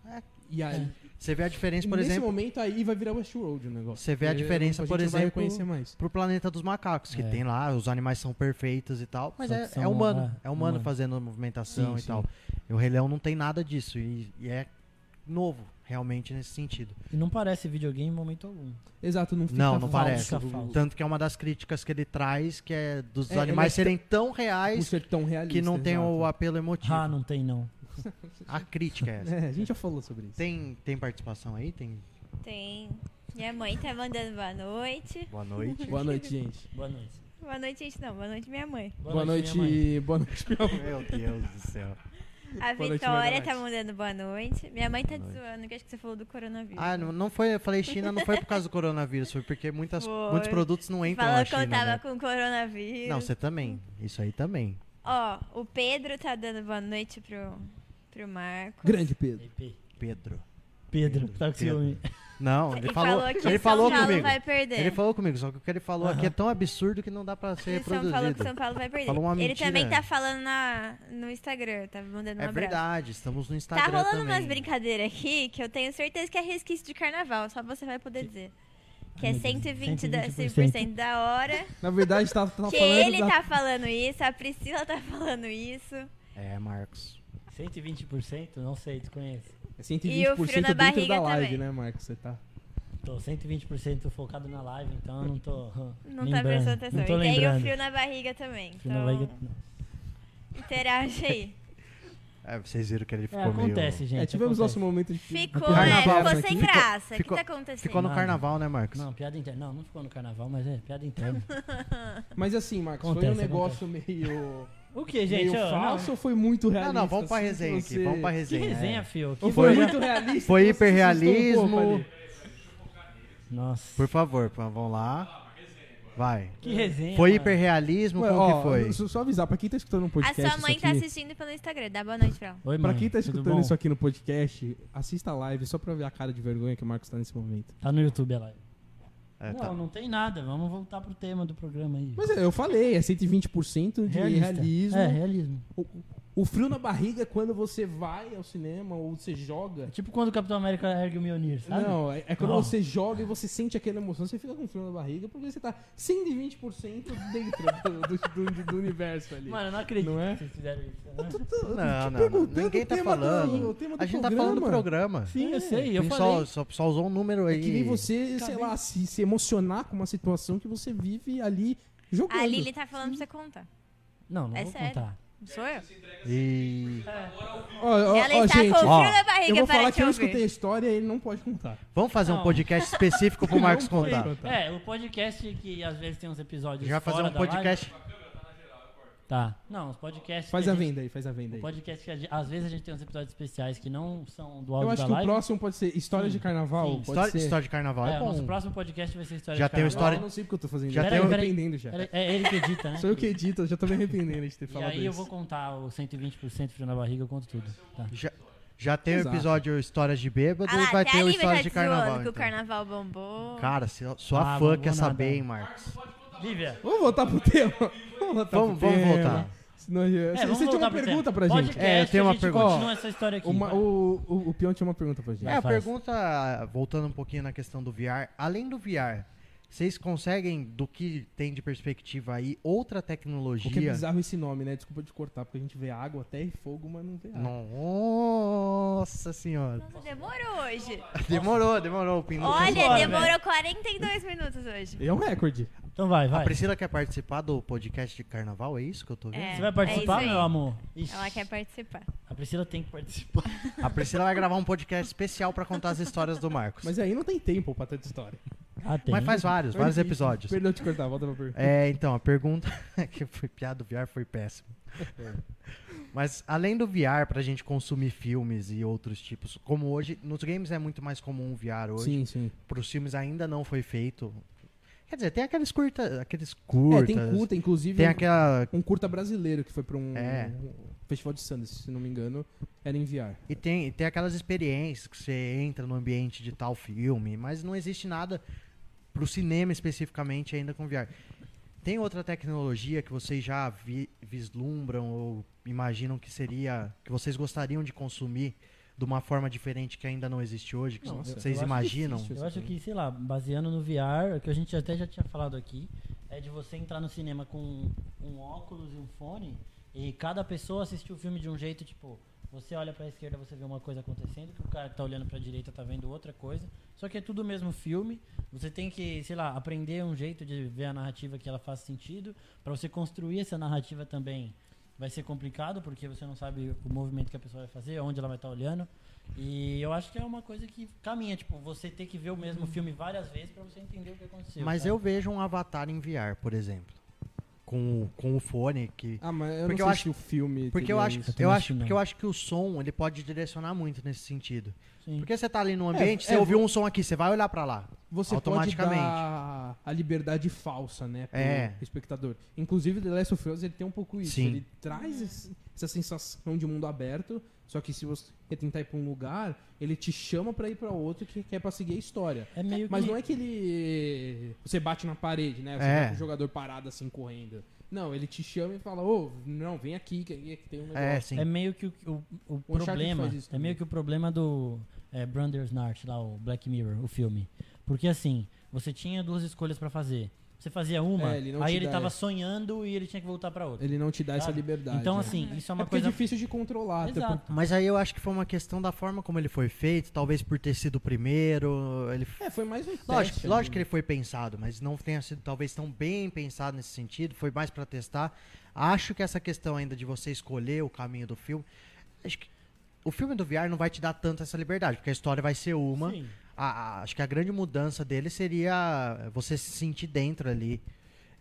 Speaker 1: É.
Speaker 4: E aí,
Speaker 1: Você vê a diferença, por
Speaker 4: nesse
Speaker 1: exemplo,
Speaker 4: momento aí vai virar Westworld o negócio.
Speaker 1: Você vê a
Speaker 4: É,
Speaker 1: diferença,
Speaker 4: gente
Speaker 1: por
Speaker 4: não vai
Speaker 1: exemplo,
Speaker 4: reconhecer mais.
Speaker 1: pro planeta dos macacos, que
Speaker 3: É.
Speaker 1: tem lá, os animais são perfeitos e tal, mas
Speaker 3: Só
Speaker 1: é,
Speaker 3: que são,
Speaker 1: é humano. É,
Speaker 3: é,
Speaker 1: humano
Speaker 3: humano.
Speaker 1: fazendo a movimentação
Speaker 4: Sim,
Speaker 1: e
Speaker 4: sim.
Speaker 1: tal. E o Rei Leão não tem nada disso. E, e é novo, realmente, nesse sentido.
Speaker 3: E não parece videogame em momento algum.
Speaker 4: Tipo. Exato, não fica
Speaker 1: Não, não
Speaker 4: falso.
Speaker 1: parece.
Speaker 3: fica falso.
Speaker 1: Tanto que é uma das críticas que ele traz, que é dos
Speaker 4: É, ele
Speaker 1: animais
Speaker 4: é
Speaker 1: serem tão
Speaker 4: Por
Speaker 1: reais
Speaker 4: ser tão realista.
Speaker 1: que não tem o
Speaker 4: exato.
Speaker 1: apelo emotivo.
Speaker 3: Ah, não tem não.
Speaker 1: A crítica é essa.
Speaker 4: É, a gente já falou sobre isso.
Speaker 1: Tem, tem participação aí? Tem
Speaker 2: Tem. Minha mãe tá mandando boa noite.
Speaker 1: boa noite.
Speaker 4: Boa noite, gente.
Speaker 3: Boa noite.
Speaker 2: Boa noite, gente. Não, boa noite, minha mãe.
Speaker 4: Boa, noite,
Speaker 3: minha mãe.
Speaker 4: boa noite, minha mãe.
Speaker 1: Meu Deus do céu.
Speaker 2: A
Speaker 4: Boa noite,
Speaker 2: Vitória
Speaker 4: Maria
Speaker 2: tá
Speaker 4: Nath.
Speaker 2: mandando boa noite. Minha mãe tá te
Speaker 1: Boa noite.
Speaker 2: zoando, que acho que você falou do coronavírus.
Speaker 1: Ah, não, não foi, eu falei China, não foi por causa do coronavírus, foi porque muitas,
Speaker 2: Foi.
Speaker 1: muitos produtos não entram
Speaker 2: Falou
Speaker 1: na
Speaker 2: que
Speaker 1: China.
Speaker 2: eu tava
Speaker 1: né?
Speaker 2: com coronavírus.
Speaker 1: Não, você também. Isso aí também.
Speaker 2: Ó, o Pedro tá dando boa noite pro, pro Marco.
Speaker 4: Grande Pedro.
Speaker 3: EP.
Speaker 1: Pedro.
Speaker 3: Pedro, tá com
Speaker 1: Pedro.
Speaker 3: ciúme.
Speaker 1: Não, ele
Speaker 2: E
Speaker 1: falou,
Speaker 2: que
Speaker 1: ele
Speaker 2: São
Speaker 1: falou
Speaker 2: Paulo
Speaker 1: comigo.
Speaker 2: vai perder.
Speaker 1: Ele falou comigo, só que o que ele falou aqui é tão absurdo que não dá pra ser
Speaker 2: E o São falou que
Speaker 1: reproduzido.
Speaker 2: São Paulo vai perder.
Speaker 1: Falou uma
Speaker 2: ele
Speaker 1: mentira.
Speaker 2: também tá falando na, no Instagram, tá mandando
Speaker 1: É
Speaker 2: um abraço.
Speaker 1: verdade, estamos no
Speaker 2: Tá
Speaker 1: Instagram
Speaker 2: rolando
Speaker 1: também.
Speaker 2: umas brincadeiras aqui que eu tenho certeza que é resquício de carnaval, só você vai poder dizer. Que é
Speaker 3: Ai, meu Deus.
Speaker 2: 120% da,
Speaker 3: 120%.
Speaker 2: da hora.
Speaker 4: Na verdade, tá, tá
Speaker 2: que
Speaker 4: falando
Speaker 2: ele
Speaker 4: da...
Speaker 2: tá falando isso, a Priscila tá falando isso.
Speaker 1: É, Marcos.
Speaker 3: 120%? Não sei, desconheço.
Speaker 4: É
Speaker 2: E o
Speaker 4: 120%
Speaker 2: frio na
Speaker 4: dentro da
Speaker 2: barriga
Speaker 4: live,
Speaker 2: também.
Speaker 4: né, Marcos? Você tá.
Speaker 3: Tô 120% focado na live, então eu não tô.
Speaker 2: Não tá
Speaker 3: lembrando.
Speaker 2: prestando atenção.
Speaker 3: Não tô
Speaker 2: e tem o
Speaker 3: lembrando.
Speaker 2: frio na barriga também.
Speaker 3: Frio na
Speaker 2: então,
Speaker 3: barriga, não.
Speaker 2: interage aí.
Speaker 1: É, vocês viram que ele ficou
Speaker 3: É, acontece,
Speaker 1: meio...
Speaker 3: gente.
Speaker 4: é, tivemos
Speaker 3: acontece.
Speaker 4: nosso momento de.
Speaker 2: Ficou, é,
Speaker 1: Carnaval,
Speaker 2: ficou
Speaker 1: né,
Speaker 2: sem
Speaker 1: que-
Speaker 2: graça. O que
Speaker 1: ficou-
Speaker 2: tá acontecendo?
Speaker 1: Ficou no
Speaker 3: Nada.
Speaker 1: carnaval, né, Marcos?
Speaker 3: Ah, Não, piada interna. Não, não ficou no carnaval, mas é piada interna.
Speaker 4: Mas assim, Marcos, foi um
Speaker 3: Acontece,
Speaker 4: negócio meio.
Speaker 3: O que, gente?
Speaker 4: meio
Speaker 3: Ô,
Speaker 4: falso
Speaker 3: não,
Speaker 4: ou foi muito
Speaker 1: Não,
Speaker 4: realista?
Speaker 1: não, vamos pra
Speaker 4: assim,
Speaker 1: resenha
Speaker 4: você-
Speaker 1: aqui, vamos pra
Speaker 3: que
Speaker 1: resenha.
Speaker 3: resenha,
Speaker 1: é.
Speaker 3: fio.
Speaker 4: Ou
Speaker 3: Que
Speaker 4: foi
Speaker 1: Foi-
Speaker 4: muito realista?
Speaker 1: Foi
Speaker 4: ou você se assustou um
Speaker 1: hiperrealismo.
Speaker 4: pouco ali?
Speaker 3: Nossa.
Speaker 1: Por favor, pô, vamos lá. Vai.
Speaker 3: Que resenha.
Speaker 1: Foi
Speaker 3: mano.
Speaker 1: hiperrealismo,
Speaker 4: Ué,
Speaker 1: como
Speaker 4: ó,
Speaker 1: que foi?
Speaker 4: Só só avisar, pra quem tá escutando um
Speaker 2: A
Speaker 4: podcast.
Speaker 2: sua mãe
Speaker 4: isso
Speaker 2: tá
Speaker 4: aqui,
Speaker 2: assistindo pelo Instagram. Dá boa noite pra ela.
Speaker 3: Oi,
Speaker 4: Pra
Speaker 3: mano,
Speaker 4: quem tá
Speaker 3: tudo
Speaker 4: escutando
Speaker 3: bom?
Speaker 4: isso aqui no podcast, assista a live só pra ver a cara de vergonha que o Marcos tá nesse momento.
Speaker 3: Tá no YouTube a live.
Speaker 1: É,
Speaker 3: não,
Speaker 1: tá.
Speaker 3: não tem nada. Vamos voltar pro tema do programa aí.
Speaker 4: Mas é, eu falei, é 120% de
Speaker 3: Realista.
Speaker 4: realismo.
Speaker 3: É, realismo.
Speaker 4: O, o frio na barriga é quando você vai ao cinema ou você joga.
Speaker 3: É tipo quando o Capitão América ergue o Mjolnir, sabe?
Speaker 4: Não, é, é quando
Speaker 3: Não.
Speaker 4: você joga e você sente aquela emoção, você fica com frio na barriga porque você tá 120% dentro do, do- do- do universo ali.
Speaker 3: Mano, eu não acredito
Speaker 4: Não é?
Speaker 3: que vocês fizeram isso. né?
Speaker 4: Eu tô- eu tô te
Speaker 1: Não, não, não.
Speaker 4: perguntando
Speaker 1: Ninguém
Speaker 4: o
Speaker 1: tá
Speaker 4: tema do- o
Speaker 1: falando.
Speaker 4: tema do
Speaker 1: A gente tá falando do programa. É.
Speaker 3: Sim, eu sei.
Speaker 1: A
Speaker 3: Eu
Speaker 1: gente
Speaker 3: falei.
Speaker 1: só, só, só usou um número aí.
Speaker 4: É que nem você, sei
Speaker 3: Acabei.
Speaker 4: lá, se, se emocionar com uma situação que você vive ali jogando.
Speaker 2: A Lili tá falando pra você contar.
Speaker 3: Não, não
Speaker 2: É
Speaker 3: vou
Speaker 2: sério.
Speaker 3: contar.
Speaker 2: Não sou eu?
Speaker 1: E...
Speaker 4: Ó, ó,
Speaker 2: ela
Speaker 4: ó,
Speaker 2: está
Speaker 3: tá
Speaker 2: com frio
Speaker 1: ó,
Speaker 2: na
Speaker 4: eu
Speaker 2: barriga
Speaker 4: vou
Speaker 2: para
Speaker 4: falar que
Speaker 2: te
Speaker 4: eu
Speaker 2: ouvir.
Speaker 4: escutei a história e ele não pode contar.
Speaker 1: Vamos fazer um
Speaker 3: Não.
Speaker 1: podcast específico pro Marcos
Speaker 4: Não foi.
Speaker 1: contar.
Speaker 3: É, o podcast que às vezes tem uns episódios.
Speaker 1: Já vai fazer
Speaker 3: fora
Speaker 1: um
Speaker 3: da live.
Speaker 1: podcast.
Speaker 3: Tá. Não, os podcasts.
Speaker 4: Faz
Speaker 3: que
Speaker 4: a
Speaker 3: gente-
Speaker 4: venda aí, faz a
Speaker 3: O
Speaker 4: venda aí.
Speaker 3: podcast que a gente- às vezes a gente tem uns episódios especiais que não são do áudio
Speaker 4: Eu acho
Speaker 3: da
Speaker 4: que o
Speaker 3: live.
Speaker 4: próximo pode ser história de
Speaker 3: Sim.
Speaker 4: carnaval.
Speaker 3: Sim.
Speaker 4: Pode
Speaker 1: História,
Speaker 4: ser...
Speaker 1: história de carnaval é,
Speaker 3: É, o
Speaker 1: bom.
Speaker 3: nosso próximo podcast vai ser história
Speaker 1: Já
Speaker 3: de
Speaker 1: tem o
Speaker 3: Carnaval.
Speaker 1: história-
Speaker 4: Não, eu não sei porque eu tô fazendo.
Speaker 1: Já
Speaker 4: Já
Speaker 1: tem um-
Speaker 4: tô
Speaker 1: o-
Speaker 4: me arrependendo já.
Speaker 3: Peraí, É ele que edita, né?
Speaker 4: Sou eu que edito, eu já tô me arrependendo de ter
Speaker 3: E
Speaker 4: falado
Speaker 3: aí
Speaker 4: isso.
Speaker 3: eu vou contar o 120% frio na barriga, eu conto tudo. Tá.
Speaker 1: Já, já tem o
Speaker 4: Exato.
Speaker 1: episódio Histórias de Bêbado
Speaker 2: Ah lá,
Speaker 1: e vai
Speaker 2: até
Speaker 1: ter
Speaker 2: a
Speaker 1: o
Speaker 2: Lili
Speaker 1: Histórias
Speaker 2: já
Speaker 1: de
Speaker 2: te zoando
Speaker 1: Carnaval.
Speaker 2: que o
Speaker 1: então.
Speaker 2: carnaval bombou.
Speaker 1: Cara, se- sua
Speaker 3: Ah,
Speaker 1: fã
Speaker 3: não
Speaker 1: quer
Speaker 3: vou
Speaker 1: saber,
Speaker 3: nada.
Speaker 1: hein, Marcos?
Speaker 3: Lívia,
Speaker 4: Vamos voltar pro tema. Vamos voltar
Speaker 1: Vamos,
Speaker 4: pro
Speaker 1: vamos
Speaker 4: tema.
Speaker 1: voltar.
Speaker 4: Senão eu-
Speaker 3: é,
Speaker 4: Você
Speaker 3: vamos
Speaker 4: você tinha
Speaker 3: voltar
Speaker 4: uma
Speaker 3: pro tema.
Speaker 4: pergunta pra gente.
Speaker 3: Podcast,
Speaker 1: É, eu tenho uma
Speaker 3: a gente
Speaker 1: pergunta.
Speaker 3: continua essa história aqui.
Speaker 4: Uma- o, o, o Pion tinha uma pergunta pra gente.
Speaker 3: Vai,
Speaker 1: É, a
Speaker 3: faz.
Speaker 1: pergunta, voltando um pouquinho na questão do VR, além do VR, vocês conseguem, do que tem de perspectiva aí, outra
Speaker 4: O que é
Speaker 1: tecnologia?
Speaker 4: bizarro esse nome, né? Desculpa te cortar, porque a gente vê água, terra e fogo, mas não vê água.
Speaker 1: Nossa senhora.
Speaker 2: Nossa, demorou hoje.
Speaker 1: Demorou, demorou o Pinduca.
Speaker 2: Olha,
Speaker 3: Bora,
Speaker 2: demorou 42 minutos hoje.
Speaker 4: É um recorde.
Speaker 3: Então vai,
Speaker 1: A
Speaker 3: vai.
Speaker 1: Priscila quer participar do podcast de carnaval, é isso que eu tô vendo?
Speaker 2: É.
Speaker 3: Você vai
Speaker 2: É
Speaker 3: participar,
Speaker 2: isso aí.
Speaker 3: meu amor? Ixi,
Speaker 2: Ela quer participar.
Speaker 3: A Priscila tem que participar.
Speaker 1: A Priscila vai gravar um podcast especial pra contar as histórias do Marcos. Mas,
Speaker 4: Mas aí não tem tempo pra tanta história.
Speaker 3: Ah, tem.
Speaker 1: faz vários, vários
Speaker 4: Enfim,
Speaker 1: episódios.
Speaker 4: Perdão te cortar, volta pra pergunta.
Speaker 1: É, então, a pergunta que foi piada do VR foi péssima. Mas além do VR pra gente consumir filmes e outros tipos, como hoje, nos games é muito mais comum o VR hoje.
Speaker 4: Sim, sim.
Speaker 1: Pros filmes ainda não foi feito. Quer dizer, tem aqueles curta, aqueles
Speaker 4: É,
Speaker 1: curtas.
Speaker 4: tem curta, inclusive.
Speaker 1: tem
Speaker 4: um-
Speaker 1: aquela
Speaker 4: Um curta brasileiro que foi pra um,
Speaker 1: É.
Speaker 4: um festival de Sundance, se não me engano, era em VR.
Speaker 1: E tem, e tem aquelas experiências que você entra no ambiente de tal filme, mas não existe nada pro cinema especificamente ainda com VR. Tem outra tecnologia que vocês já vi- vislumbram ou imaginam que seria. que vocês gostariam de consumir de uma forma diferente que ainda não existe hoje? Que
Speaker 4: Não, eu-
Speaker 1: vocês
Speaker 4: eu acho
Speaker 1: imaginam?
Speaker 4: difícil.
Speaker 3: Eu acho que, sei lá, baseando no VR, o que a gente até já tinha falado aqui, é de você entrar no cinema com um óculos e um fone e cada pessoa assistir o filme de um jeito, tipo, você olha pra esquerda, você vê uma coisa acontecendo, que o cara que tá olhando pra direita tá vendo outra coisa. Só que é tudo o mesmo filme. Você tem que, sei lá, aprender um jeito de ver a narrativa que ela faz sentido. Pra você construir essa narrativa também vai ser complicado, porque você não sabe o movimento que a pessoa vai fazer, onde ela vai estar olhando. E eu acho que é uma coisa que caminha, tipo, você ter que ver o mesmo filme várias vezes pra você entender o que aconteceu.
Speaker 1: Uhum. Mas
Speaker 3: sabe?
Speaker 1: eu vejo um avatar em VR, por exemplo. Com, o- com o fone que.
Speaker 4: Ah, mas eu
Speaker 1: Porque
Speaker 4: não
Speaker 1: eu
Speaker 4: sei
Speaker 1: acho-
Speaker 4: se o filme.
Speaker 1: Porque eu
Speaker 4: teria
Speaker 1: acho,
Speaker 4: isso.
Speaker 3: também
Speaker 1: eu
Speaker 3: acho que
Speaker 1: acho,
Speaker 3: não.
Speaker 1: porque eu acho que o som ele pode direcionar muito nesse sentido.
Speaker 3: Sim.
Speaker 1: Porque você tá ali num
Speaker 4: É,
Speaker 1: ambiente,
Speaker 4: é,
Speaker 1: você ouviu um som aqui, você vai olhar pra lá.
Speaker 4: Você
Speaker 1: automaticamente.
Speaker 4: pode dar a liberdade falsa, né, pro
Speaker 1: É.
Speaker 4: espectador. Inclusive, The Last of Us, ele tem um pouco isso.
Speaker 1: Sim.
Speaker 4: Ele traz esse- essa sensação de mundo aberto, só que se você tentar ir pra um lugar, ele te chama pra ir pra outro, que, que é pra seguir a história.
Speaker 3: É meio
Speaker 4: Mas
Speaker 3: que...
Speaker 4: não é que ele. Você bate na parede, né? Você
Speaker 1: É.
Speaker 4: bate o jogador parado assim, correndo. Não, ele te chama e fala, ô, não, vem aqui, que aqui tem um
Speaker 1: É,
Speaker 4: negócio.
Speaker 1: sim.
Speaker 3: É meio que o, o- o
Speaker 4: Uncharted
Speaker 3: problema.
Speaker 4: faz isso
Speaker 3: É meio
Speaker 4: também.
Speaker 3: que o problema do é, Branders Nart, lá, o Black Mirror, o filme. Porque assim, você tinha duas escolhas pra fazer. Você Você fazia uma,
Speaker 4: É, ele não
Speaker 3: aí
Speaker 4: te
Speaker 3: ele
Speaker 4: dá
Speaker 3: tava
Speaker 4: essa.
Speaker 3: sonhando e ele tinha que voltar pra outra.
Speaker 4: Ele não te dá essa
Speaker 3: sabe?
Speaker 4: liberdade.
Speaker 3: Então,
Speaker 4: né?
Speaker 3: assim, isso é
Speaker 4: é
Speaker 3: uma
Speaker 4: porque é
Speaker 3: coisa.
Speaker 4: difícil de controlar. até
Speaker 3: Exato.
Speaker 1: Mas aí eu acho que foi uma questão da forma como ele foi feito, talvez por ter sido o primeiro. Ele...
Speaker 4: por- É, foi mais um
Speaker 1: Lógico,
Speaker 4: teste
Speaker 1: lógico que
Speaker 4: ali,
Speaker 1: ele foi pensado, mas não tenha sido talvez tão bem pensado nesse sentido, foi mais pra testar. Acho que essa questão ainda de você escolher o caminho do filme, acho que o filme do VR não vai te dar tanto essa liberdade, porque a história vai ser uma.
Speaker 3: Sim.
Speaker 1: A- a- acho que a grande mudança dele seria você se sentir dentro ali.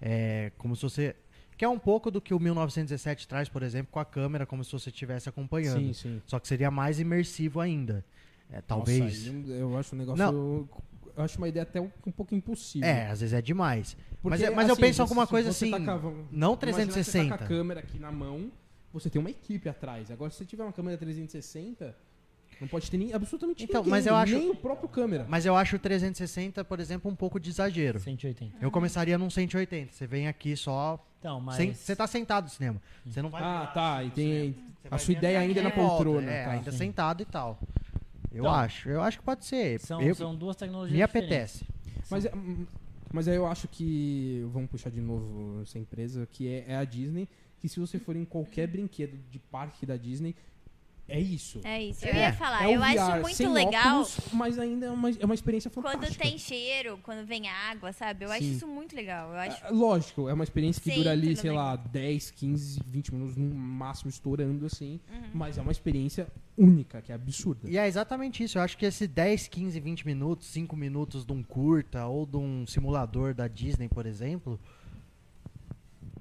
Speaker 1: É, como se você. Que é um pouco do que o 1917 traz, por exemplo, com a câmera, como se você estivesse
Speaker 4: né?
Speaker 1: acompanhando.
Speaker 4: Sim, sim.
Speaker 1: Só que seria mais imersivo ainda. É, talvez.
Speaker 4: Nossa, aí eu- eu acho um negócio. Eu acho uma ideia até um, um pouco impossível.
Speaker 1: É, às vezes é demais. mas
Speaker 4: Porque,
Speaker 1: é- mas eu
Speaker 4: assim,
Speaker 1: penso
Speaker 4: você-
Speaker 1: alguma
Speaker 4: se
Speaker 1: coisa
Speaker 4: você
Speaker 1: assim.
Speaker 4: tá com a- vamos-
Speaker 1: Não
Speaker 4: imagina que Você tá com a
Speaker 1: 360.
Speaker 4: câmera aqui na mão, você tem uma equipe atrás. Agora, se você tiver uma câmera 360, não pode ter nem, absolutamente
Speaker 1: Então,
Speaker 4: ninguém,
Speaker 1: mas eu acho-
Speaker 4: nem o próprio câmera.
Speaker 1: Mas eu acho o 360, por exemplo, um pouco de exagero.
Speaker 3: 180.
Speaker 1: Eu começaria num 180. Você vem aqui só.
Speaker 3: Então, mas.
Speaker 1: sem- Você tá sentado no cinema. Você não vai.
Speaker 4: Ah, tá. E tem,
Speaker 1: Você
Speaker 4: a
Speaker 1: vai
Speaker 4: sua
Speaker 1: ver
Speaker 4: ideia
Speaker 1: até
Speaker 4: ainda é na
Speaker 1: aqui em volta,
Speaker 4: poltrona.
Speaker 1: É,
Speaker 4: tá.
Speaker 1: ainda
Speaker 3: Sim.
Speaker 1: sentado e tal. Eu
Speaker 3: Então,
Speaker 1: acho. Eu acho que pode ser.
Speaker 3: São,
Speaker 1: Eu-
Speaker 3: são duas tecnologias.
Speaker 1: me
Speaker 3: diferentes.
Speaker 1: apetece.
Speaker 4: Mas, é- hum, mas aí eu acho que. Vamos puxar de novo essa empresa, que é, é a Disney. Que se você for em qualquer brinquedo de parque da Disney, é isso.
Speaker 2: É isso. Eu
Speaker 1: É,
Speaker 2: ia falar,
Speaker 4: É o
Speaker 2: eu
Speaker 4: VR,
Speaker 2: acho
Speaker 4: sem
Speaker 2: muito legal
Speaker 4: óculos, mas ainda é uma, é uma experiência
Speaker 2: quando
Speaker 4: fantástica.
Speaker 2: tem cheiro, quando vem água, sabe? Eu acho
Speaker 4: Sim.
Speaker 2: isso muito legal. Eu acho
Speaker 4: É, Lógico, é uma experiência que
Speaker 2: Sim,
Speaker 4: dura ali,
Speaker 2: tudo
Speaker 4: sei
Speaker 2: bem.
Speaker 4: lá, 10, 15, 20 minutos no máximo, estourando assim.
Speaker 2: Uhum.
Speaker 4: Mas é uma experiência única, que é absurda.
Speaker 1: E é exatamente isso. Eu acho que esse 10, 15, 20 minutos, 5 minutos de um curta ou de um simulador da Disney, por exemplo.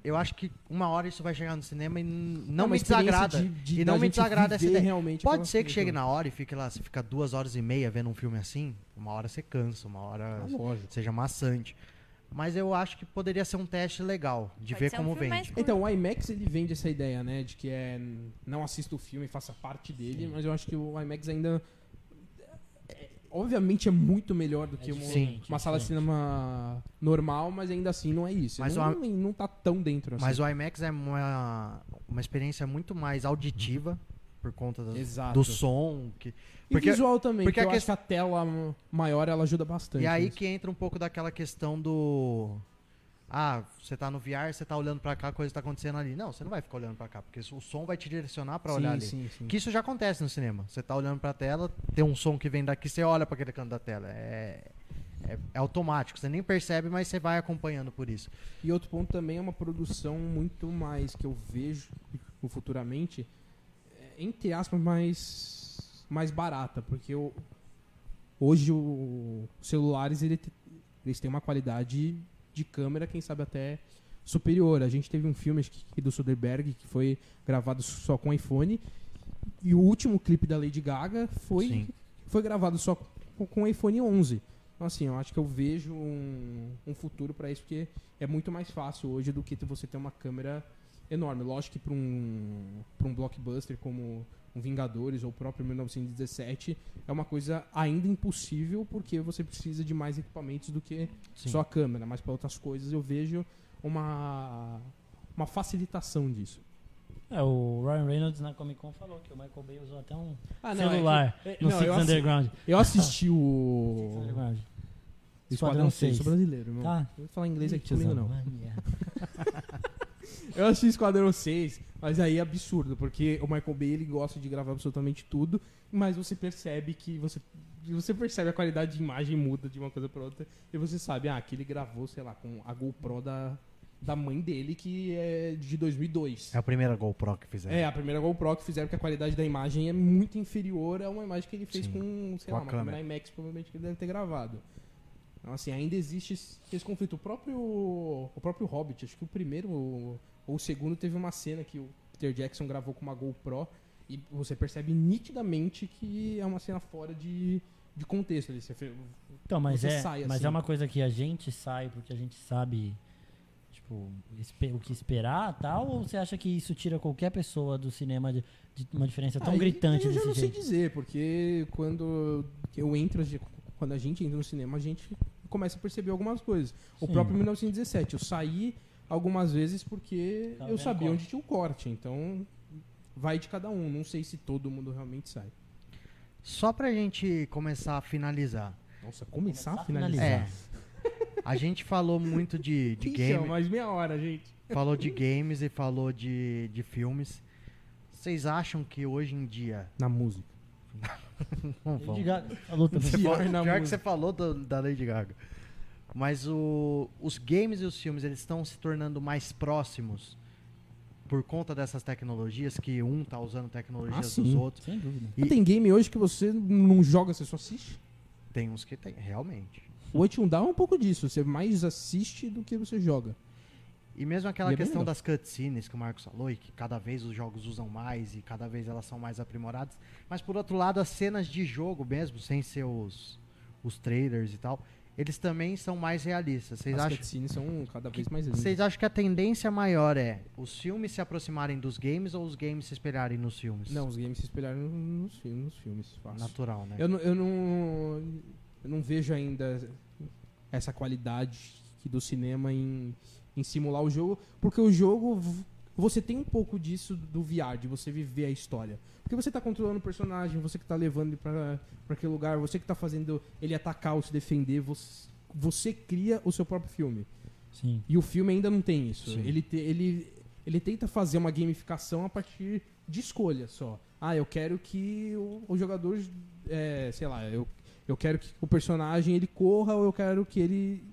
Speaker 1: Eu acho que uma hora isso vai chegar no cinema e n- não
Speaker 4: É uma
Speaker 1: me
Speaker 4: experiência
Speaker 1: desagrada.
Speaker 4: de- de-
Speaker 1: e
Speaker 4: da
Speaker 1: não me
Speaker 4: gente
Speaker 1: desagrada essa
Speaker 4: viver
Speaker 1: ideia.
Speaker 4: realmente aquela
Speaker 1: Pode ser que
Speaker 4: coisa.
Speaker 1: chegue na hora e fique lá, você fica duas horas e meia vendo um filme assim. Uma hora você cansa, uma hora
Speaker 2: Tá
Speaker 4: Ah, lógico.
Speaker 1: seja maçante. Mas eu acho que poderia ser um teste legal de
Speaker 2: Pode
Speaker 1: ver
Speaker 2: ser um
Speaker 1: como
Speaker 2: filme
Speaker 1: vende.
Speaker 2: mais curto.
Speaker 4: Então, o IMAX ele vende essa ideia, né? De que é. Não assista o filme, faça parte dele, mas eu acho que o IMAX ainda. é, Obviamente é muito melhor do
Speaker 3: É
Speaker 4: que uma,
Speaker 3: diferente,
Speaker 4: uma
Speaker 3: é
Speaker 4: sala de
Speaker 3: diferente.
Speaker 4: cinema normal, mas ainda assim não é isso.
Speaker 1: Mas
Speaker 4: não,
Speaker 1: o-
Speaker 4: não, não tá tão dentro assim.
Speaker 1: Mas o IMAX é uma, uma experiência muito mais auditiva por conta do,
Speaker 4: Exato.
Speaker 1: do som. Que,
Speaker 4: e
Speaker 1: porque,
Speaker 4: visual também,
Speaker 1: porque
Speaker 4: porque
Speaker 1: a
Speaker 4: eu acho
Speaker 1: questão-
Speaker 4: que a tela maior ela ajuda bastante.
Speaker 1: e aí
Speaker 4: nisso.
Speaker 1: que entra um pouco daquela questão do. Ah, você tá no VR, você tá olhando pra cá, a coisa tá acontecendo ali. Não, você não vai ficar olhando pra cá, porque o som vai te direcionar pra
Speaker 4: sim,
Speaker 1: olhar ali.
Speaker 4: sim, sim.
Speaker 1: Que isso já acontece no cinema. Você tá olhando pra tela, tem um som que vem daqui, você olha pra aquele canto da tela. É, é, é automático, você nem percebe, mas você vai acompanhando por isso.
Speaker 4: E outro ponto também é uma produção muito mais que eu vejo futuramente, é, entre aspas, mais, mais barata, porque o- hoje o- os celulares ele te- eles têm uma qualidade de câmera, quem sabe até superior. A gente teve um filme acho que do Soderbergh que foi gravado só com iPhone e o último clipe da Lady Gaga foi
Speaker 1: Sim.
Speaker 4: foi gravado só com, com o iPhone 11. Então, assim, eu acho que eu vejo um, um futuro para isso, porque é muito mais fácil hoje do que você ter uma câmera enorme. Lógico que para um, pra um blockbuster como um Vingadores ou o próprio 1917 é uma coisa ainda impossível, porque você precisa de mais equipamentos do que
Speaker 1: Sim.
Speaker 4: é só a câmera. Mas para outras coisas eu vejo uma, uma facilitação disso.
Speaker 3: É, o Ryan Reynolds na Comic Con falou que o Michael Bay usou até um
Speaker 4: Ah,
Speaker 3: celular no
Speaker 4: não, eu
Speaker 3: Six
Speaker 4: assi-
Speaker 3: Underground.
Speaker 4: Eu assisti
Speaker 3: Six
Speaker 4: o
Speaker 3: Underground.
Speaker 4: Esquadrão
Speaker 3: Esquadrão
Speaker 4: 6,
Speaker 3: seis.
Speaker 4: sou brasileiro, irmão.
Speaker 3: Tá.
Speaker 4: Eu vou falar inglês
Speaker 3: Ih,
Speaker 4: aqui comigo,
Speaker 3: tiozão,
Speaker 4: não.
Speaker 3: vai me errar.
Speaker 4: Eu assisti Esquadrão 6, mas aí é absurdo, porque o Michael Bay ele gosta de gravar absolutamente tudo, mas você percebe que você você percebe a qualidade de imagem muda de uma coisa para outra e você sabe, ah, que ele gravou, sei lá, com a GoPro da, da mãe dele que é de 2002.
Speaker 1: É a primeira GoPro que fizeram.
Speaker 4: É, a primeira GoPro que fizeram que a qualidade da imagem é muito inferior a uma imagem que ele fez
Speaker 1: Sim,
Speaker 4: com, sei
Speaker 1: com
Speaker 4: lá,
Speaker 1: a
Speaker 4: uma
Speaker 1: câmera.
Speaker 4: câmera IMAX, provavelmente que ele deve ter gravado. Então, assim, ainda existe esse, esse conflito. O próprio, o próprio Hobbit, acho que o primeiro ou o segundo teve uma cena que o Peter Jackson gravou com uma GoPro e você percebe nitidamente que é uma cena fora de, de contexto. ali. Você fe-
Speaker 3: Então, mas,
Speaker 4: Você
Speaker 3: é,
Speaker 4: sai,
Speaker 3: mas
Speaker 4: assim.
Speaker 3: é uma coisa que a gente sai porque a gente sabe tipo, espe- o que esperar tal? Ou você acha que isso tira qualquer pessoa do cinema de, de uma diferença Tá tão
Speaker 4: Aí,
Speaker 3: gritante
Speaker 4: Ah, Eu já
Speaker 3: desse
Speaker 4: não sei
Speaker 3: jeito?
Speaker 4: dizer, porque quando eu entro, quando a gente entra no cinema, a gente começa a perceber algumas coisas. O
Speaker 3: Sim.
Speaker 4: próprio 1917, eu saí algumas vezes
Speaker 3: Tava
Speaker 4: porque eu
Speaker 3: Tá vendo
Speaker 4: sabia
Speaker 3: corte.
Speaker 4: onde tinha o corte, então vai de cada um, não sei se todo mundo realmente sai.
Speaker 1: Só pra gente começar a finalizar.
Speaker 4: Nossa,
Speaker 3: Começar
Speaker 4: começar, a
Speaker 3: a
Speaker 4: finalizar.
Speaker 1: É.
Speaker 3: finalizar.
Speaker 1: A gente falou muito de, de
Speaker 4: Ixi, é ó,
Speaker 1: É. game,
Speaker 4: mais meia hora, gente.
Speaker 1: falou de games e falou de, de filmes. Vocês acham que hoje em dia.
Speaker 4: Na música.
Speaker 1: Não
Speaker 3: Lady
Speaker 1: vamos.
Speaker 3: Gaga falou também.
Speaker 1: Você
Speaker 4: Pior
Speaker 1: falou-
Speaker 4: na
Speaker 1: pior que
Speaker 4: música.
Speaker 1: você falou do- da Lady Gaga. Mas o- os games e os filmes, eles estão se tornando mais próximos por conta dessas tecnologias, que um tá usando tecnologias
Speaker 4: Ah,
Speaker 1: dos
Speaker 4: sim.
Speaker 1: outros.
Speaker 3: Sem dúvida.
Speaker 1: E-
Speaker 4: Tem game hoje que você não joga, você só assiste.
Speaker 1: Tem uns que tem, realmente.
Speaker 4: O Until Down é um pouco disso. Você mais assiste do que você joga.
Speaker 1: E mesmo aquela
Speaker 4: E é bem
Speaker 1: questão
Speaker 4: legal.
Speaker 1: das cutscenes que o Marcos falou, e que cada vez os jogos usam mais e cada vez elas são mais aprimoradas. Mas por outro lado, as cenas de jogo mesmo, sem ser os, os trailers e tal, eles também são mais realistas. Vocês
Speaker 4: As
Speaker 1: acham?
Speaker 4: cutscenes são cada vez mais lindas.
Speaker 1: Vocês acham que a tendência maior é os filmes se aproximarem dos games ou os games se espelharem nos filmes?
Speaker 4: Não, os games se espelharam nos filmes, nos filmes fácil.
Speaker 1: Natural, né?
Speaker 4: Eu, não- eu não. Eu não vejo ainda essa qualidade que- do cinema em, em simular o jogo, porque o jogo. v- Você tem um pouco disso do VR, de você viver a história. Porque você tá controlando o personagem, você que tá levando ele pra, pra aquele lugar, você que tá fazendo ele atacar ou se defender, você, você cria o seu próprio filme.
Speaker 3: Sim.
Speaker 4: E o filme ainda não tem isso.
Speaker 1: Sim.
Speaker 4: Ele, te- ele, ele tenta fazer uma gamificação a partir de escolha só. Ah, eu quero que o, o jogador, é, sei lá, eu, eu quero que o personagem ele corra ou eu quero que ele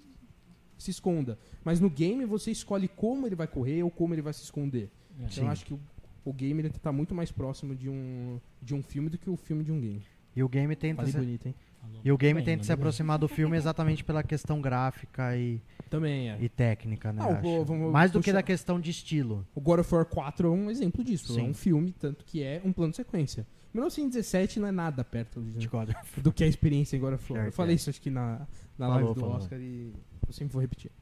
Speaker 4: se esconda. Mas no game você escolhe como ele vai correr ou como ele vai se esconder.
Speaker 3: É.
Speaker 4: Então eu acho que o, o game ele tá muito mais próximo de um, de um filme do que o filme de um game.
Speaker 1: E o game tenta
Speaker 4: Falei
Speaker 1: se...
Speaker 4: bonito, né? hein?
Speaker 3: Falou.
Speaker 1: E o game
Speaker 3: Bem,
Speaker 1: tenta
Speaker 3: mas
Speaker 1: se
Speaker 3: eu gosto.
Speaker 1: aproximar do filme exatamente pela questão gráfica e,
Speaker 4: Também é.
Speaker 1: e técnica, né?
Speaker 4: Ah,
Speaker 1: eu
Speaker 4: vou-
Speaker 1: acho.
Speaker 4: vamos
Speaker 1: Mais do que
Speaker 4: puxar.
Speaker 1: da questão de estilo.
Speaker 4: O God of War 4 é um exemplo disso. É
Speaker 1: Sim.
Speaker 4: um filme, tanto que é um plano sequência. 1917 não é nada perto
Speaker 1: De
Speaker 4: de-
Speaker 1: God of
Speaker 4: do que a experiência em God of War.
Speaker 1: Certo,
Speaker 4: Eu falei
Speaker 1: é.
Speaker 4: isso acho que na, na
Speaker 1: Falou,
Speaker 4: live do
Speaker 1: falou.
Speaker 4: Oscar e eu sempre vou repetir.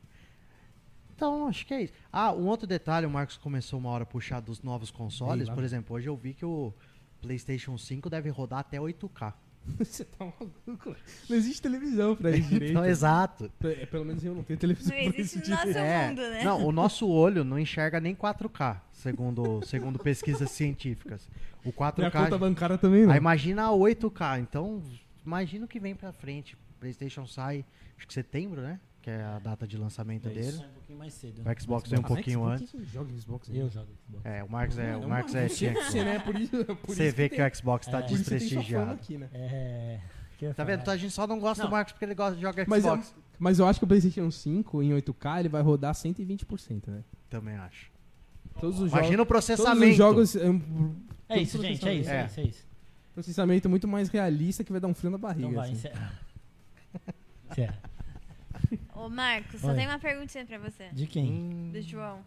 Speaker 1: Então, acho que é isso. Ah, um outro detalhe, o Marcos começou uma hora a puxar dos novos consoles.
Speaker 4: Ei, lá
Speaker 1: Por
Speaker 4: vem.
Speaker 1: exemplo, hoje eu vi que o PlayStation 5 deve rodar até 8K.
Speaker 4: Você tá maluco? Não existe televisão pra isso direito.
Speaker 1: Então, exato.
Speaker 4: Pe- Pelo menos eu não tenho televisão
Speaker 2: Não
Speaker 4: pra
Speaker 2: existe
Speaker 4: isso
Speaker 2: no
Speaker 4: direito.
Speaker 2: nosso
Speaker 1: É.
Speaker 2: mundo, né?
Speaker 1: Não, o nosso olho não enxerga nem 4K, segundo, segundo pesquisas científicas. O
Speaker 4: Minha conta tá
Speaker 1: 4K.
Speaker 4: bancária também não.
Speaker 1: Ah, imagina a 8K. Então, imagina o que vem pra frente. PlayStation sai, acho que setembro, né? Que é a data de lançamento
Speaker 3: Daí
Speaker 1: dele.
Speaker 3: sai um pouquinho mais cedo.
Speaker 1: O Xbox vem um
Speaker 4: Ah,
Speaker 1: pouquinho
Speaker 4: Xbox,
Speaker 1: antes.
Speaker 4: quem Joga Xbox aí?
Speaker 3: Eu jogo Xbox.
Speaker 1: É, o Marcos é,
Speaker 4: Não,
Speaker 1: o Marcos é
Speaker 4: mas
Speaker 1: tinha
Speaker 4: você,
Speaker 1: Xbox.
Speaker 4: né? Por isso, por
Speaker 1: Você
Speaker 4: isso
Speaker 1: vê
Speaker 4: que,
Speaker 1: que o Xbox tá
Speaker 3: É.
Speaker 4: por isso que tem sua fama
Speaker 1: desprestigiado.
Speaker 4: aqui, né?
Speaker 3: É. que eu ia
Speaker 1: Tá vendo? Então
Speaker 3: falar?
Speaker 1: a gente só não gosta do
Speaker 4: Não.
Speaker 1: Marcos porque ele gosta de jogar
Speaker 4: Mas é um eu,
Speaker 1: Xbox.
Speaker 4: mas eu acho que o PlayStation 5 em 8K ele vai rodar 120%, né?
Speaker 1: Também acho.
Speaker 4: Todos os jogos.
Speaker 1: Imagina o
Speaker 4: Todos
Speaker 1: processamento.
Speaker 4: os jogos. é um
Speaker 3: É isso,
Speaker 4: tudo
Speaker 3: gente. É isso,
Speaker 1: é.
Speaker 3: é isso, é isso.
Speaker 4: processamento muito mais realista que vai dar um frio na barriga.
Speaker 3: Então vai,
Speaker 4: assim.
Speaker 3: encerra. Encerra.
Speaker 2: Ô, Marcos, só
Speaker 3: Oi.
Speaker 2: tem uma perguntinha pra você.
Speaker 3: De quem?
Speaker 1: Hum,
Speaker 2: Do João.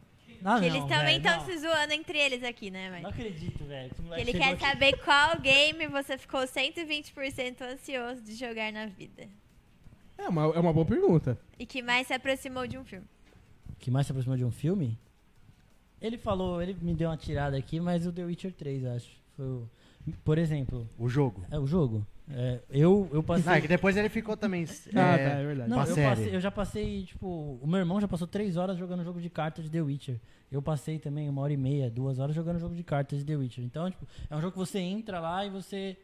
Speaker 3: Ah,
Speaker 2: que eles também
Speaker 3: velho,
Speaker 2: estão
Speaker 3: não.
Speaker 2: se zoando entre eles aqui, né,
Speaker 3: Não
Speaker 2: velho?
Speaker 3: acredito, velho. que o
Speaker 2: Que
Speaker 3: moleque
Speaker 2: Ele
Speaker 3: chegou
Speaker 2: quer
Speaker 3: aqui.
Speaker 2: saber qual game você ficou 120% ansioso de jogar na vida.
Speaker 4: É uma, é uma boa pergunta.
Speaker 2: E que mais se aproximou de um filme.
Speaker 3: que mais se aproximou de um filme? Ele falou, ele me deu uma tirada aqui, mas o The Witcher 3, acho. Foi o- Por exemplo,
Speaker 1: O jogo.
Speaker 3: é o jogo. É, eu, eu passei.
Speaker 1: Não, é que depois ele ficou também. é,
Speaker 4: Ah, tá, é verdade.
Speaker 3: Não,
Speaker 1: Uma
Speaker 3: eu,
Speaker 1: série.
Speaker 3: passei- eu já passei, tipo, o meu irmão já passou três horas jogando jogo de carta de The Witcher. Eu passei também uma hora e meia, duas horas jogando jogo de cartas de The Witcher. Então, tipo, é um jogo que você entra lá e você.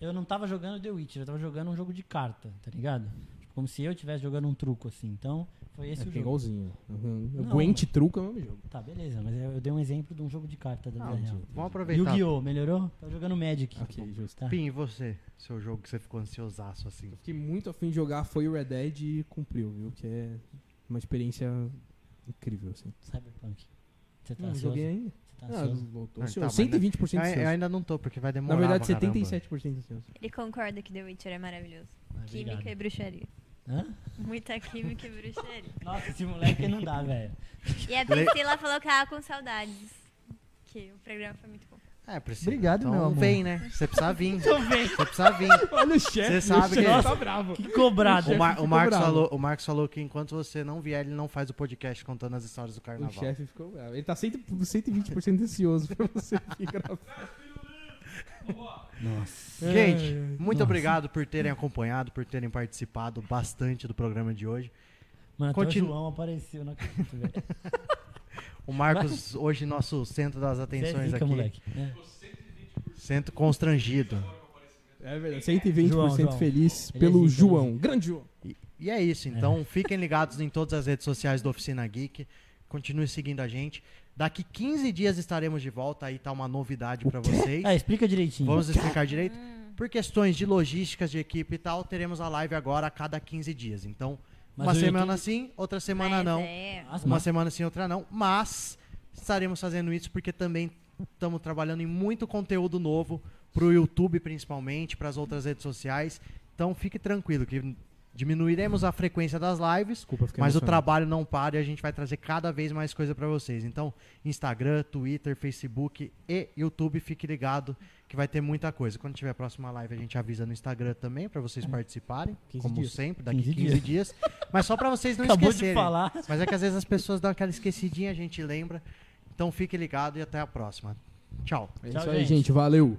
Speaker 3: Eu não tava jogando The Witcher, eu tava jogando um jogo de carta, tá ligado? Tipo, como se eu estivesse jogando um truco, assim. Então, foi esse o
Speaker 4: é
Speaker 3: jogo.
Speaker 4: igualzinho. Uhum. O
Speaker 3: Não,
Speaker 4: Gwent Truco é o mesmo jogo.
Speaker 3: Tá, beleza, mas eu eu dei um exemplo de um jogo de carta da
Speaker 1: Não,
Speaker 3: vida real.
Speaker 1: vamos Ah, aproveitar.
Speaker 3: Yu-Gi-Oh! Melhorou? Tá jogando Magic.
Speaker 4: Ok, justo.
Speaker 3: Tá.
Speaker 1: Pim, e você? Seu jogo que você ficou ansiosaço assim.
Speaker 4: Fiquei muito afim de jogar foi o Red Dead e cumpriu, viu? Que é uma experiência incrível, assim.
Speaker 3: Cyberpunk. Você tá
Speaker 4: Não
Speaker 3: ansioso?
Speaker 4: joguei ainda.
Speaker 3: Você tá
Speaker 4: Ah,
Speaker 3: ansioso?
Speaker 4: voltou.
Speaker 1: Ah,
Speaker 4: Ansioso.
Speaker 1: tá, mas-
Speaker 4: 120%
Speaker 1: Eu,
Speaker 4: ansioso.
Speaker 1: eu ainda não tô, porque vai demorar.
Speaker 4: Na verdade,
Speaker 1: pra caramba.
Speaker 4: 77% ansioso.
Speaker 2: Ele concorda que The Witcher é maravilhoso.
Speaker 3: Ah, obrigado.
Speaker 2: Química e bruxaria.
Speaker 3: Hã?
Speaker 2: Muita química e bruxaria.
Speaker 3: Nossa, esse moleque não dá, velho.
Speaker 2: E a Priscila falou que tava com saudades. Que o programa foi muito bom.
Speaker 1: É, Priscila.
Speaker 3: Obrigado,
Speaker 1: então,
Speaker 3: meu amor.
Speaker 1: vem, né? Você precisa vir. Você
Speaker 3: Tô
Speaker 4: Então
Speaker 3: bem.
Speaker 1: precisa vir.
Speaker 4: Olha o chefe.
Speaker 1: Você sabe
Speaker 4: o
Speaker 1: que-
Speaker 4: chefe tá bravo.
Speaker 3: Que cobrado.
Speaker 1: O, Mar- o
Speaker 4: ficou
Speaker 1: Marcos
Speaker 4: bravo.
Speaker 1: falou, o Marcos falou que enquanto você não vier, ele não faz o podcast contando as histórias do
Speaker 4: O
Speaker 1: carnaval.
Speaker 4: chefe ficou bravo. Ele tá 100, 120% ansioso pra você que grava.
Speaker 3: Nossa.
Speaker 1: Gente,
Speaker 4: É.
Speaker 1: muito
Speaker 3: Nossa.
Speaker 1: obrigado por terem acompanhado, por terem participado bastante do programa de hoje.
Speaker 3: Mano, até
Speaker 1: continu-
Speaker 3: o João apareceu, não acredito, velho.
Speaker 1: O Marcos, hoje nosso centro das atenções
Speaker 3: Você é zica,
Speaker 1: aqui,
Speaker 3: moleque. É.
Speaker 1: centro constrangido.
Speaker 4: É verdade. 120%
Speaker 3: João, João.
Speaker 4: feliz
Speaker 3: Ele é
Speaker 4: pelo
Speaker 3: zica,
Speaker 4: João. Grande João.
Speaker 1: E é isso. Então fiquem ligados em todas as redes sociais do Oficina Geek. Continue seguindo a gente. Daqui 15 dias estaremos de volta. Aí tá uma novidade pra vocês.
Speaker 3: Ah, explica direitinho.
Speaker 1: Vamos explicar direito? Por questões de logísticas de equipe e tal, teremos a live agora a cada 15 dias. Então,
Speaker 3: Mas
Speaker 1: uma
Speaker 3: o
Speaker 1: semana sim, outra semana
Speaker 2: Mas
Speaker 1: não.
Speaker 2: É.
Speaker 3: Nossa,
Speaker 1: Uma
Speaker 3: mas-
Speaker 1: semana sim, outra não. Mas estaremos fazendo isso porque também estamos trabalhando em muito conteúdo novo pro YouTube, principalmente, pras outras redes sociais. Então, fique tranquilo que diminuiremos a frequência das lives.
Speaker 4: Desculpa, fiquei
Speaker 1: Mas o
Speaker 4: emocionado.
Speaker 1: trabalho não para e a gente vai trazer cada vez mais coisa pra vocês. Então, Instagram, Twitter, Facebook e YouTube, fique ligado que vai ter muita coisa. Quando tiver a próxima live, a gente avisa no Instagram também pra vocês participarem,
Speaker 4: 15
Speaker 1: como
Speaker 4: dias.
Speaker 1: sempre, daqui 15,
Speaker 3: 15
Speaker 1: dias. Mas só pra vocês não
Speaker 3: Acabou
Speaker 1: esquecerem.
Speaker 3: de falar.
Speaker 1: Mas é que às vezes as pessoas dão aquela esquecidinha, a gente lembra. Então, fique ligado e até a próxima. Tchau.
Speaker 4: É
Speaker 3: Tchau,
Speaker 4: isso aí,
Speaker 3: gente.
Speaker 4: gente. Valeu.